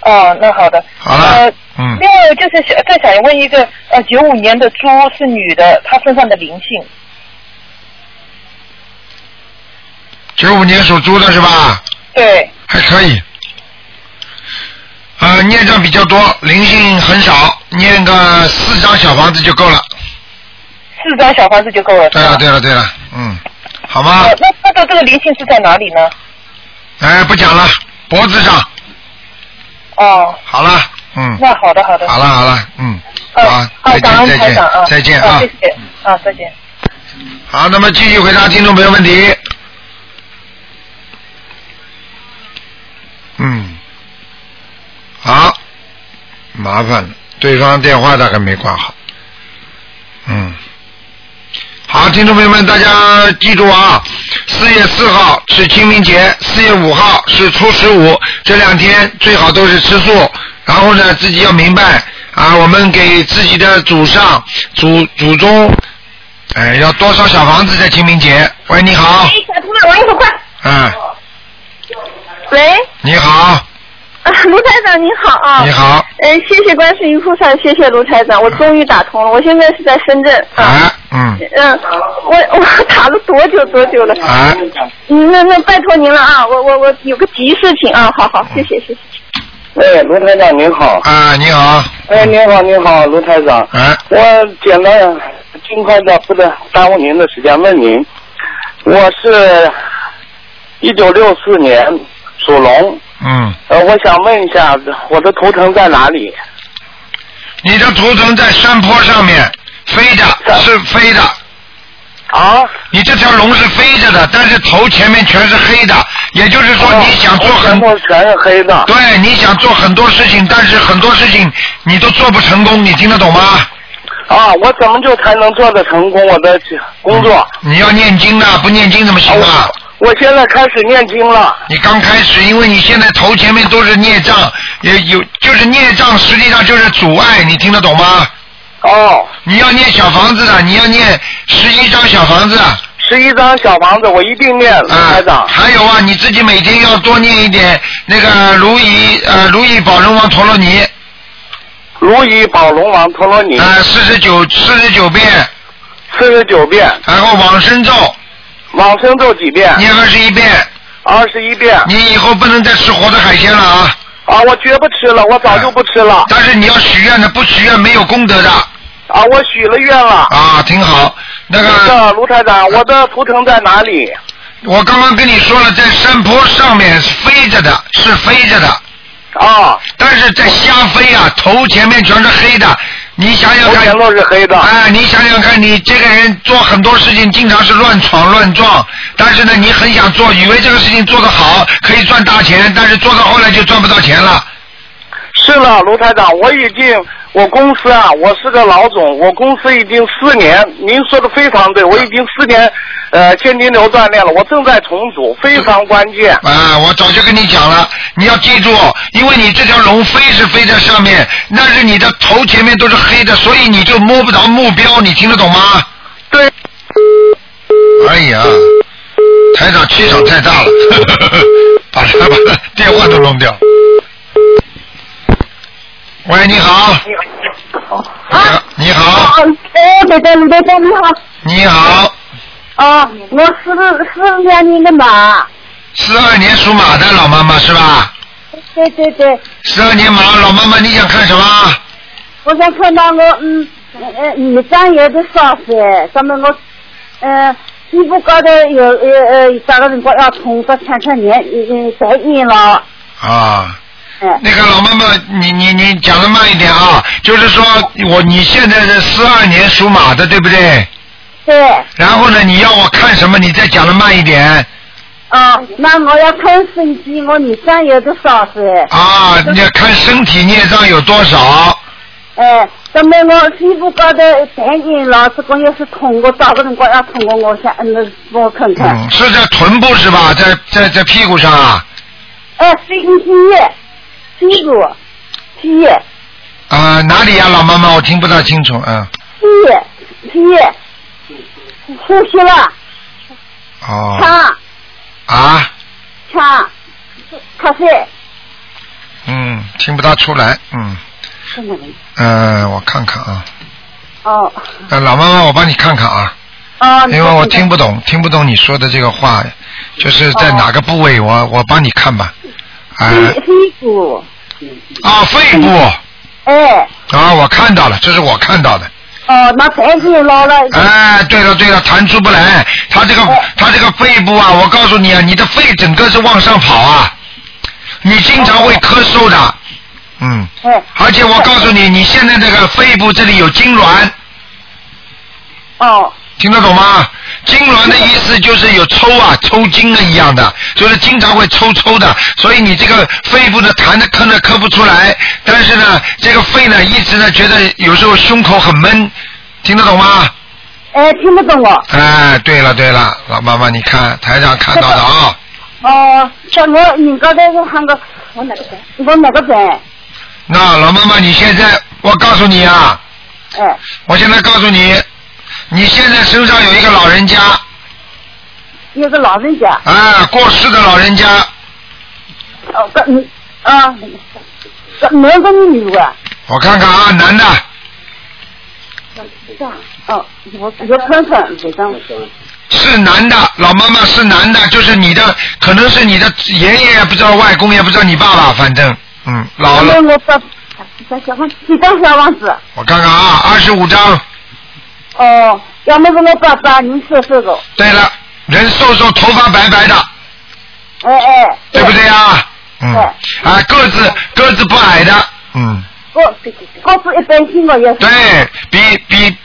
Speaker 9: 哦，那好的。
Speaker 1: 好了
Speaker 9: 呃，
Speaker 1: 嗯
Speaker 10: 另外就是想再想问一个，呃，九五年的猪是女的，她身上的灵性，
Speaker 1: 九五年属猪的是吧？
Speaker 10: 对，
Speaker 1: 还可以。呃，念障比较多，灵性很少，念个四张小房子就够了。
Speaker 10: 四张小房子就够了。
Speaker 1: 对
Speaker 10: 是吧
Speaker 1: 了，对了，对了，嗯，好吗？
Speaker 10: 呃那她的这个灵性是在哪里呢？
Speaker 1: 哎，不讲了，脖子上，
Speaker 10: 哦，
Speaker 1: 好了，嗯，
Speaker 10: 那好的好的。
Speaker 1: 好了，好了，嗯，
Speaker 10: 嗯，
Speaker 1: 好，再
Speaker 10: 好，感恩
Speaker 1: 见，再
Speaker 10: 台
Speaker 1: 见
Speaker 10: 长啊，，
Speaker 1: 再见
Speaker 10: 啊
Speaker 1: 啊
Speaker 10: 谢！谢，啊，再见。
Speaker 1: 好，那么继续回答听众朋友问题。嗯，好，麻烦了，对方电话大概没挂好。嗯，好，听众朋友们，大家记住啊，四月四号是清明节，四月五号是初十五，这两天最好都是吃素，然后呢，自己要明白啊，我们给自己的祖上、祖祖宗哎，要多少小房子在清明节？喂，你好，
Speaker 7: 哎，小姑娘，王一快。
Speaker 1: 嗯，
Speaker 7: 喂，
Speaker 1: 你好，
Speaker 7: 啊，卢台长你好啊。
Speaker 1: 你。好，
Speaker 7: 嗯，谢谢观世音菩萨，谢谢卢台长，我终于打通了。我现在是在深圳啊。
Speaker 1: 哎，嗯，
Speaker 7: 嗯，我我打了多久多久了？
Speaker 1: 哎，
Speaker 7: 嗯，那那拜托您了啊，我我我有个急事情啊，好好，谢谢谢谢。
Speaker 11: 喂，卢台长您好。
Speaker 1: 啊，你好，
Speaker 11: 哎，你好，你好，卢台长。
Speaker 1: 哎，
Speaker 11: 我简单、尽快的，不能耽误您的时间，问您，我是一九六四年属龙，
Speaker 1: 嗯，
Speaker 11: 呃，我想问一下，我的图腾在哪里？
Speaker 1: 你的图腾在山坡上面飞着，是飞着，
Speaker 11: 啊？
Speaker 1: 你这条龙是飞着的，但是头前面全是黑的，也就是说
Speaker 11: 哦
Speaker 1: 你想做很，
Speaker 11: 部全是黑的。
Speaker 1: 对，你想做很多事情，但是很多事情你都做不成功，你听得懂吗？
Speaker 11: 啊，我怎么就才能做得成功我的工作？
Speaker 1: 你要念经的，不念经怎么行
Speaker 11: 啊
Speaker 1: 啊？
Speaker 11: 我现在开始念经了。
Speaker 1: 你刚开始，因为你现在头前面都是孽障，也有就是孽障，实际上就是阻碍，你听得懂吗？
Speaker 11: 哦，
Speaker 1: 你要念小房子的，你要念十一张小房子，啊、
Speaker 11: 十一张小房子我一定念，卢台长。
Speaker 1: 还有啊，你自己每天要多念一点那个如意呃如意宝龙王陀罗尼，
Speaker 11: 如意宝龙王陀罗尼
Speaker 1: 呃四十九四十九遍，
Speaker 11: 四十九遍，
Speaker 1: 然后往生咒
Speaker 11: 往生咒几遍？
Speaker 1: 念二十一遍，
Speaker 11: 二十一遍。
Speaker 1: 你以后不能再吃活的海鲜了啊！
Speaker 11: 啊，我绝不吃了，我早就不吃了。
Speaker 1: 但是你要许愿的，不许愿没有功德的
Speaker 11: 啊，我许了愿了。
Speaker 1: 啊，挺好。那个
Speaker 11: 那个卢台长，我的图腾在哪里？
Speaker 1: 我刚刚跟你说了，在山坡上面是飞着的，是飞着的，
Speaker 11: 啊，
Speaker 1: 但是在瞎飞啊，头前面全是黑的。你想想
Speaker 11: 头前
Speaker 1: 看，
Speaker 11: 都是黑的。
Speaker 1: 哎，你想想看，你这个人做很多事情经常是乱闯乱撞，但是呢，你很想做，以为这个事情做得好可以赚大钱，但是做到后来就赚不到钱了。
Speaker 11: 是了，卢台长，我已经，我公司啊，我是个老总，我公司已经四年，您说的非常对，我已经四年，呃，现金流锻炼了，我正在重组，非常关键。
Speaker 1: 啊，我早就跟你讲了，你要记住，因为你这条龙飞是飞在上面，但是你的头前面都是黑的，所以你就摸不着目标，你听得懂吗？
Speaker 11: 对，
Speaker 1: 哎呀，台长气场太大了， 把他把他电话都弄掉。喂，你好。你好，
Speaker 7: 啊哎，对对对对，你好。
Speaker 1: 你好，
Speaker 7: 啊，我是是两年的马。
Speaker 1: 四二年属马的老妈妈是吧？
Speaker 7: 对对对，
Speaker 1: 四二年马老妈妈，你想看什么？
Speaker 7: 我想看到我嗯呃五张有的烧水，上面我呃衣服高头有呃呃啥个辰光要冲到看看年呃白印了，
Speaker 1: 啊，
Speaker 7: 嗯
Speaker 1: 那个老妈妈，你你你讲的慢一点啊，就是说我你现在是四二年属马的，对不对？
Speaker 7: 对，
Speaker 1: 然后呢，你要我看什么？你再讲的慢一点
Speaker 7: 啊，那我要看身体，我五张有的烧水，
Speaker 1: 啊！你要看身体孽障有多少？
Speaker 7: 哎，上面我衣服高头白印了，这个要是冲我找个辰光要冲我，我想嗯那帮我看看，
Speaker 1: 嗯，是在臀部是吧？在在在屁股上啊？
Speaker 7: 哎，飞行机液，屁股，机液，
Speaker 1: 啊，哪里呀、老妈妈？我听不大清楚，嗯，
Speaker 7: 机液，机液，呼吸了。
Speaker 1: 哦，
Speaker 7: 呛
Speaker 1: 啊，
Speaker 7: 呛，瞌睡，
Speaker 1: 嗯，听不大出来，嗯，
Speaker 7: 是哪位？
Speaker 1: 嗯、我看看啊，
Speaker 7: 哦
Speaker 1: 呃，老妈妈，我帮你看看啊，
Speaker 7: 哦，
Speaker 1: 因为我听不
Speaker 7: 懂。
Speaker 1: 懂，听不懂你说的这个话，就是在哪个部位，我我帮你看吧。啊、
Speaker 7: 屁屁股，
Speaker 1: 啊，肺部
Speaker 7: 哎，
Speaker 1: 啊，我看到了，这是我看到的。
Speaker 7: 哦，那才是老了。哦
Speaker 1: 哎，对了对了，弹出不来，他这个他这个肺部啊，我告诉你啊，你的肺整个是往上跑啊，你经常会咳嗽的，嗯，
Speaker 7: 哎，
Speaker 1: 而且我告诉
Speaker 7: 嗯
Speaker 1: 你，你现在这个肺部这里有痉挛，
Speaker 7: 哦，
Speaker 1: 听得懂吗？痉挛的意思就是有抽啊、抽筋啊一样的，就是经常会抽抽的，所以你这个肺部的痰呢，咳呢咳不出来，但是呢，这个肺呢一直呢觉得有时候胸口很闷，听得懂吗？
Speaker 7: 哎，听不懂我。
Speaker 1: 哎，对了对了，老妈妈，你看台长看到的啊，
Speaker 7: 哦，像我你刚才我喊个，我哪个诊？我哪个诊？
Speaker 1: 那老妈妈，你现在我告诉你啊，
Speaker 7: 哎，
Speaker 1: 我现在告诉你，你现在身上有一个老人家，
Speaker 7: 有个老人家，
Speaker 1: 啊，过世的老人家，
Speaker 7: 哦，个你啊，个男个女的啊？
Speaker 1: 我看看啊，男的，
Speaker 7: 哦，我我看看，这张。
Speaker 1: 是男的，老妈妈是男的，就是你的，可能是你的爷爷也不知道，外公也不知道，你爸爸，反正，嗯，老了
Speaker 7: 那，我这这小房几张小房子？
Speaker 1: 我看看啊，二十五张，
Speaker 7: 哦，要么是我爸爸，您说说个，
Speaker 1: 对了，人瘦瘦，头发白白的，
Speaker 7: 哎哎，
Speaker 1: 对不对啊？嗯，
Speaker 7: 哎，
Speaker 1: 啊，个子个子不矮的，嗯，
Speaker 7: 我我是一般性我也是，
Speaker 1: 对比比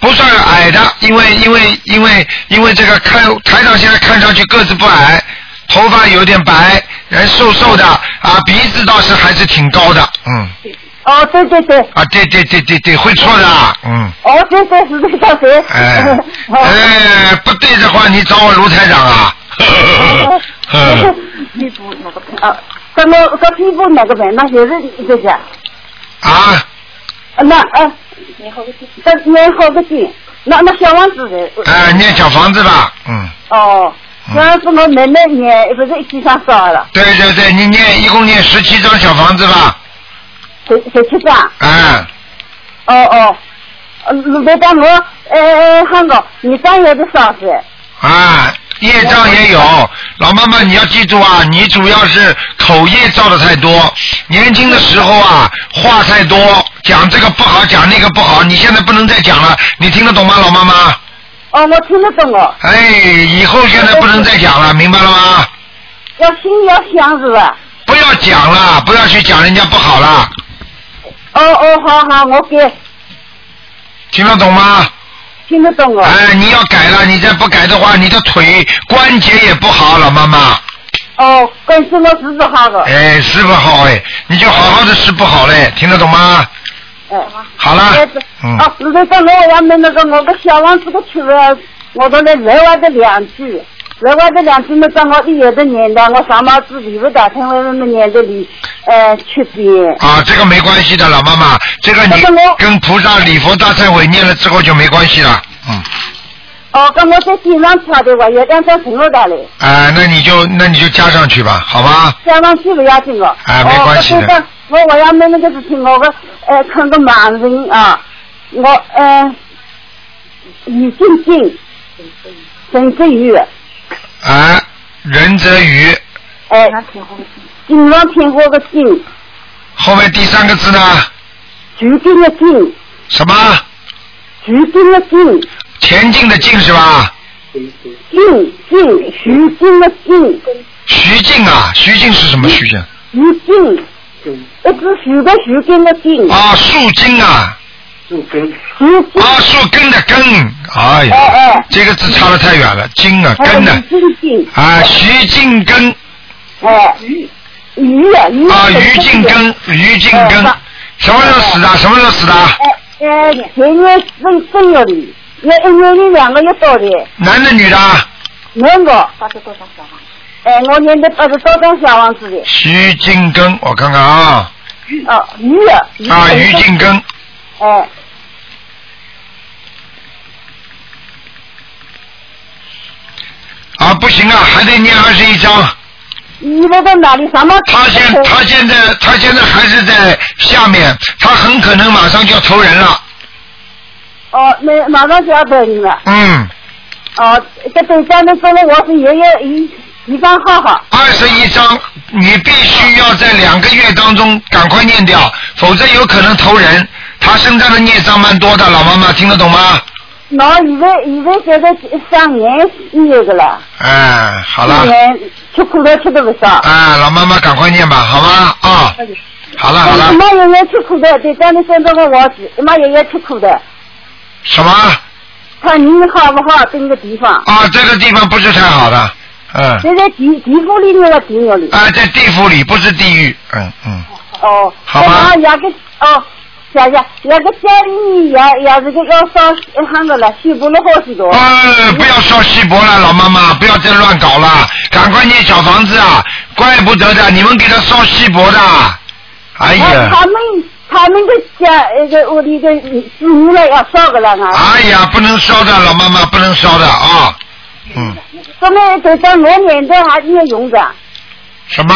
Speaker 1: 不算矮的，因为因为因为因为这个看台长现在看上去个子不矮，头发有点白，人瘦瘦的啊，鼻子倒是还是挺高的，嗯
Speaker 7: 哦对对对，
Speaker 1: 啊，对对对对对，会错的，嗯，
Speaker 7: 哦对对是这个谁？
Speaker 1: 哎
Speaker 7: 哦
Speaker 1: 哎，不对的话你找我卢台长 啊，嗯，
Speaker 7: 屁股那个盆啊，咱们说屁股那个盆，那就是这些，啊
Speaker 1: 啊，
Speaker 7: 那啊，那年好个劲，那那小王子的，
Speaker 1: 哎，念小房子吧，嗯，
Speaker 7: 哦，小王子我妹妹年不是一起上烧了，
Speaker 1: 对对对，你念一共念十七张小房子吧，
Speaker 7: 十十七张。
Speaker 1: 哎，
Speaker 7: 哦哦，呃，别当我，呃，韩哥，你当月的烧水，
Speaker 1: 啊，业障也有。老妈妈，你要记住啊，你主要是口业造的太多，年轻的时候啊，话太多，讲这个不好，讲那个不好，你现在不能再讲了，你听得懂吗，老妈妈？
Speaker 7: 哦，我听得懂哦，
Speaker 1: 哎，以后现在不能再讲了，明白了吗？
Speaker 7: 要心里要想啊是吧？
Speaker 1: 不要讲了，不要去讲人家不好了，
Speaker 7: 哦哦，好好，我给
Speaker 1: 听得懂吗？
Speaker 7: 听得懂哦。
Speaker 1: 哎，你要改了，你再不改的话，你的腿关节也不好，老妈妈。
Speaker 7: 哦，关心我是不好的，
Speaker 1: 哎，是不好哎，你就好好的是不好嘞，听得懂吗？
Speaker 7: 哎，
Speaker 1: 好啦
Speaker 7: 哎是，
Speaker 1: 嗯。
Speaker 7: 哦，是的，当我要买那个我个小王子的吃了，我都来另外的两句。另外的两句呢，在我一月的年代，我上班子礼物打成为我们年代里，呃，缺点。
Speaker 1: 啊，这个没关系的，老妈妈，这个你
Speaker 7: 那个我
Speaker 1: 跟菩萨礼佛大忏悔念了之后就没关系了。嗯，
Speaker 7: 哦，跟我在地上吃的，我月亮在城楼大嘞。
Speaker 1: 啊，那你就那你就加上去吧，好吧？
Speaker 7: 加上去不要紧的。
Speaker 1: 哎没关系的
Speaker 7: 哦、我这个我我要买那个事情，我个呃看个盲人啊，我呃李静静，沈志宇，
Speaker 1: 啊，任泽宇
Speaker 7: 哎，锦上添花个锦，
Speaker 1: 后面第三个字呢？
Speaker 7: 菊丁的锦，
Speaker 1: 什么？
Speaker 7: 菊丁的锦，
Speaker 1: 前进的进是吧？
Speaker 7: 锦锦徐静的静，
Speaker 1: 徐静啊，徐静是什么徐静？
Speaker 7: 徐静，一只徐的徐静的静，
Speaker 1: 啊，树精啊，
Speaker 7: 嗯徐静，
Speaker 1: 啊，树根的根，哎
Speaker 7: 哎
Speaker 1: 呀，
Speaker 7: 哎，
Speaker 1: 这个字差的太远了，精啊，
Speaker 7: 还有
Speaker 1: 根呢
Speaker 7: 李？静静，
Speaker 1: 啊，徐静根
Speaker 7: 哎，鱼鱼啊哦鱼
Speaker 1: 啊，
Speaker 7: 是
Speaker 1: 于
Speaker 7: 这
Speaker 1: 静
Speaker 7: 个
Speaker 1: 根，于静根
Speaker 7: 哎好，
Speaker 1: 什么时候死的？什么时候死的？
Speaker 7: 呃呃，前年正正月里，那一年里两个月多的，
Speaker 1: 男的女的啊？
Speaker 7: 两个。八十多张小房哎，我念的八十多张小王子的，
Speaker 1: 徐静根，我看看啊，
Speaker 7: 哦，鱼鱼
Speaker 1: 啊，于静根，
Speaker 7: 哎，
Speaker 1: 啊，不行啊，还得念二十一章，
Speaker 7: 一路到哪里什么？
Speaker 1: 他现他现在他现在还是在下面，他很可能马上就要投人了。
Speaker 7: 哦，那马上就要等你了。
Speaker 1: 嗯，
Speaker 7: 哦，这等下面说了，我是爷爷一一张号号。
Speaker 1: 二十一章，你必须要在两个月当中赶快念掉，否则有可能投人。他身上的孽障蛮多的，老妈妈听得懂吗？
Speaker 7: 我以为以为现在上年那个了，
Speaker 1: 哎，好
Speaker 7: 一
Speaker 1: 了，
Speaker 7: 年吃苦头吃的不少。
Speaker 1: 哎，老妈妈赶快念吧，好吗？啊、好了好了，
Speaker 7: 哎妈爷爷吃苦的，对，但是现在我我子，妈爷爷吃苦的，
Speaker 1: 什么
Speaker 7: 看你好不好？这个地方，
Speaker 1: 啊？这个地方不是太好的，嗯，
Speaker 7: 现在地地府里那个地狱里。
Speaker 1: 啊，在地府里不是地狱，嗯嗯，
Speaker 7: 哦，
Speaker 1: 好吧
Speaker 7: 然后也个哦，想想那个家里也也是个要烧那个了，西部的好许多。
Speaker 1: 呃，不要说西伯了，老妈妈，不要再乱搞了，赶快念小房子啊！怪不得的，你们给他烧西伯的，哎
Speaker 7: 啊
Speaker 1: 呀，
Speaker 7: 他们他们的家那个屋里的子女了要烧个了啊。
Speaker 1: 哎呀，不能烧的，老妈妈不能烧的啊！
Speaker 7: 说明就在我年代还是要用的。
Speaker 1: 什么？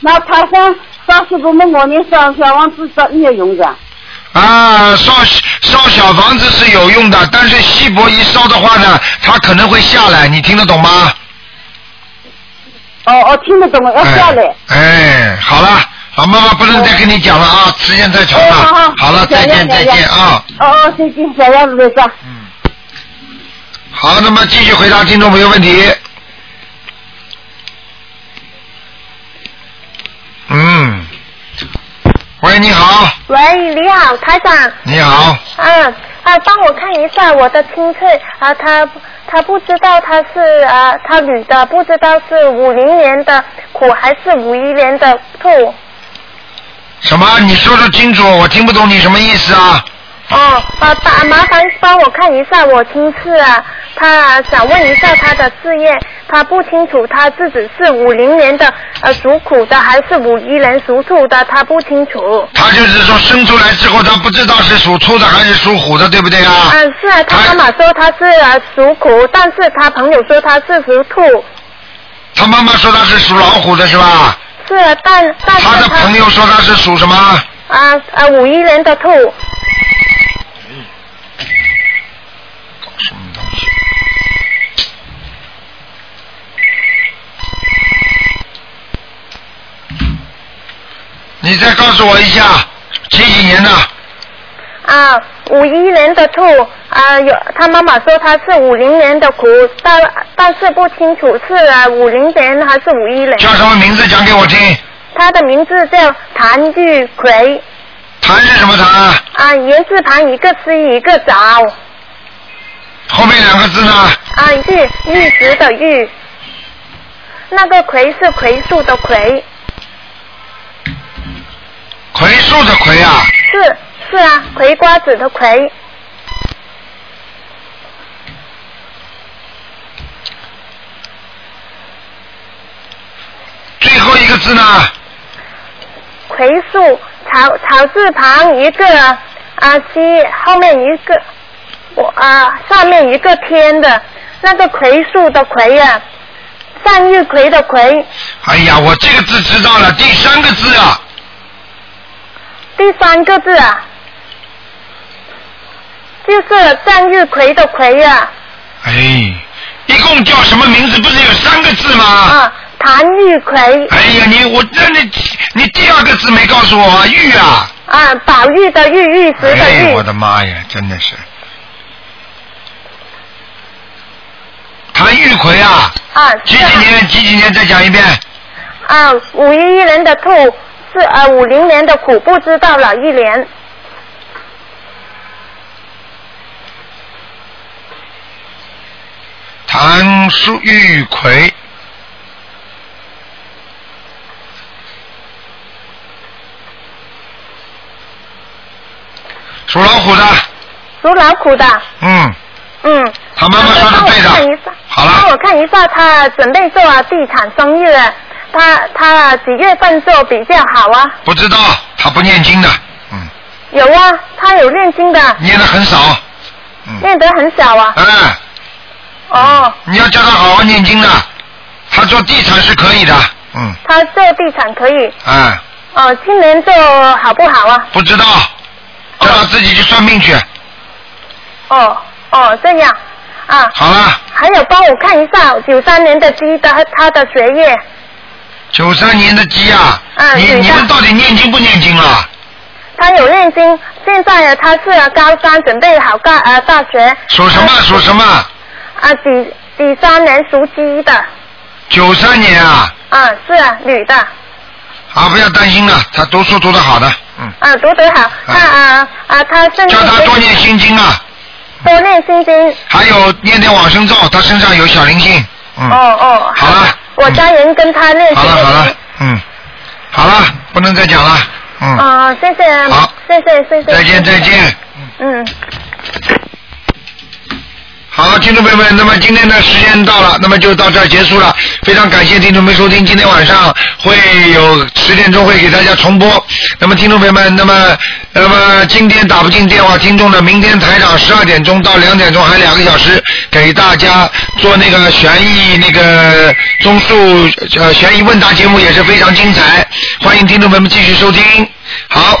Speaker 7: 那他想上西部们我们上小王子烧也用哦的。
Speaker 1: 啊，烧烧小房子是有用的，但是锡箔一烧的话呢，它可能会下来，你听得懂吗？
Speaker 7: 哦哦，听得懂，要下来。
Speaker 1: 哎，好了，老妈妈不能再跟你讲了啊，时间太长
Speaker 7: 哎，好
Speaker 1: 了
Speaker 7: 好。
Speaker 1: 好了，再见再见啊。。
Speaker 7: 小样小样哦哦，再见，小样子的事。
Speaker 1: 好，那么继续回答听众朋友问题。嗯，喂，你好，
Speaker 9: 喂，你好，台长。
Speaker 1: 你好，
Speaker 9: 嗯啊，帮我看一下我的亲戚啊，他他不知道他是啊，他女的，不知道是五零年的虎还是五一年的兔。
Speaker 1: 什么？你说说清楚，我听不懂你什么意思啊？
Speaker 9: 哦，啊，打麻烦帮我看一下我亲戚啊，他啊想问一下他的事业，他不清楚他自己是五零年的呃属虎的还是五一年属兔的，他不清楚。
Speaker 1: 他就是说生出来之后，他不知道是属兔的还是属虎的，对不对啊？
Speaker 9: 嗯，是啊，他妈妈说他是呃属虎，但是他朋友说他是属兔。
Speaker 1: 他妈妈说他是属老虎的是吧？
Speaker 9: 是啊，但但是他的
Speaker 1: 朋友说他是属什么？
Speaker 9: 啊啊五一年的兔，
Speaker 1: 什么东西？你再告诉我一下，几几年的？
Speaker 9: 啊五一年的兔啊有他妈妈说他是五零年的虎，但但是不清楚是啊五零年还是五一年。
Speaker 1: 叫什么名字？讲给我听。
Speaker 9: 他的名字叫谭玉奎
Speaker 1: 谭是什么谭？
Speaker 9: 啊言字旁一个吃一个枣啊
Speaker 1: 后面两个字呢？
Speaker 9: 玉玉石的玉，那个奎是奎树的奎，
Speaker 1: 葵树的葵啊，
Speaker 9: 是是啊葵瓜子的葵。
Speaker 1: 最后一个字呢？
Speaker 9: 葵树草草字旁一个啊西后面一个我啊上面一个天的那个葵树的葵啊，向日葵的葵，
Speaker 1: 哎呀，我这个字知道了，第三个字啊，
Speaker 9: 第三个字啊，就是向日葵的葵啊
Speaker 1: 哎，一共叫什么名字？不是有三个字吗？
Speaker 9: 啊谭玉葵
Speaker 1: 哎呀，你我那你你第二个字没告诉我啊，玉啊。
Speaker 9: 啊宝玉的玉玉石的
Speaker 1: 哎，我
Speaker 9: 玉
Speaker 1: 的妈呀，真的是。谭玉奎啊，
Speaker 9: 啊
Speaker 1: 几几年？几几年？再讲一遍。
Speaker 9: 啊五一年的兔是啊五零年的虎不知道了一年。
Speaker 1: 谭树玉奎。属老虎的，
Speaker 9: 属老虎的，
Speaker 1: 嗯，
Speaker 9: 嗯。
Speaker 1: 他妈妈说的对的。
Speaker 9: 的。好了。帮我看一下他准备做啊地产生意了，他他几月份做比较好啊？
Speaker 1: 不知道，他不念经的，
Speaker 9: 有啊，他有念经的，
Speaker 1: 念的很少，嗯
Speaker 9: 念得很少啊。
Speaker 1: 哎，
Speaker 9: 哦，
Speaker 1: 你要叫他好好念经的，他做地产是可以的，嗯，
Speaker 9: 他做地产可以。
Speaker 1: 啊，
Speaker 9: 哦，今年做好不好啊？
Speaker 1: 不知道，叫他自己去算命去。
Speaker 9: 哦哦，这样啊。
Speaker 1: 好了，
Speaker 9: 还有帮我看一下九三年的鸡的他的学业。
Speaker 1: 九三年的鸡啊，
Speaker 9: 嗯
Speaker 1: 你
Speaker 9: 对的
Speaker 1: 你们到底念经不念经了？
Speaker 9: 他有认经，现在呢他是啊高三，准备好大呃大学
Speaker 1: 属什么
Speaker 9: 嗯
Speaker 1: 属什么？
Speaker 9: 啊，几几三年属鸡的，
Speaker 1: 九三年啊，
Speaker 9: 啊是啊女的，
Speaker 1: 啊不要担心了，他读书读得好的，嗯，
Speaker 9: 啊读得好，那啊啊他现在
Speaker 1: 叫他多念心经啊，
Speaker 9: 多念心经，
Speaker 1: 还有念点往生咒，他身上有小灵性，嗯，
Speaker 9: 哦哦好了，我家人跟他念
Speaker 1: 好
Speaker 9: 心
Speaker 1: 了
Speaker 9: 经，
Speaker 1: 好了，嗯，好了，不能再讲了，嗯，
Speaker 9: 啊谢谢，谢谢谢谢，
Speaker 1: 再见再见。
Speaker 9: 嗯。
Speaker 1: 好，听众朋友们，那么今天的时间到了，那么就到这儿结束了。非常感谢听众们收听，今天晚上会有十点钟会给大家重播。那么听众朋友们，那么那么今天打不进电话听众呢，明天台长十二点钟到两点钟还两个小时给大家做那个悬疑那个综述呃悬疑问答节目也是非常精彩，欢迎听众朋友们继续收听。好，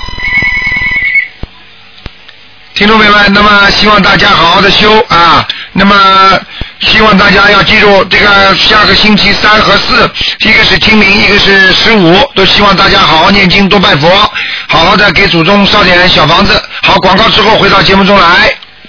Speaker 1: 听众朋友们，那么希望大家好好的修啊，那么希望大家要记住，这个下个星期三和四，一个是清明，一个是十五，都希望大家好好念经，多拜佛，好好的给祖宗烧点小房子。好，广告之后回到节目中来。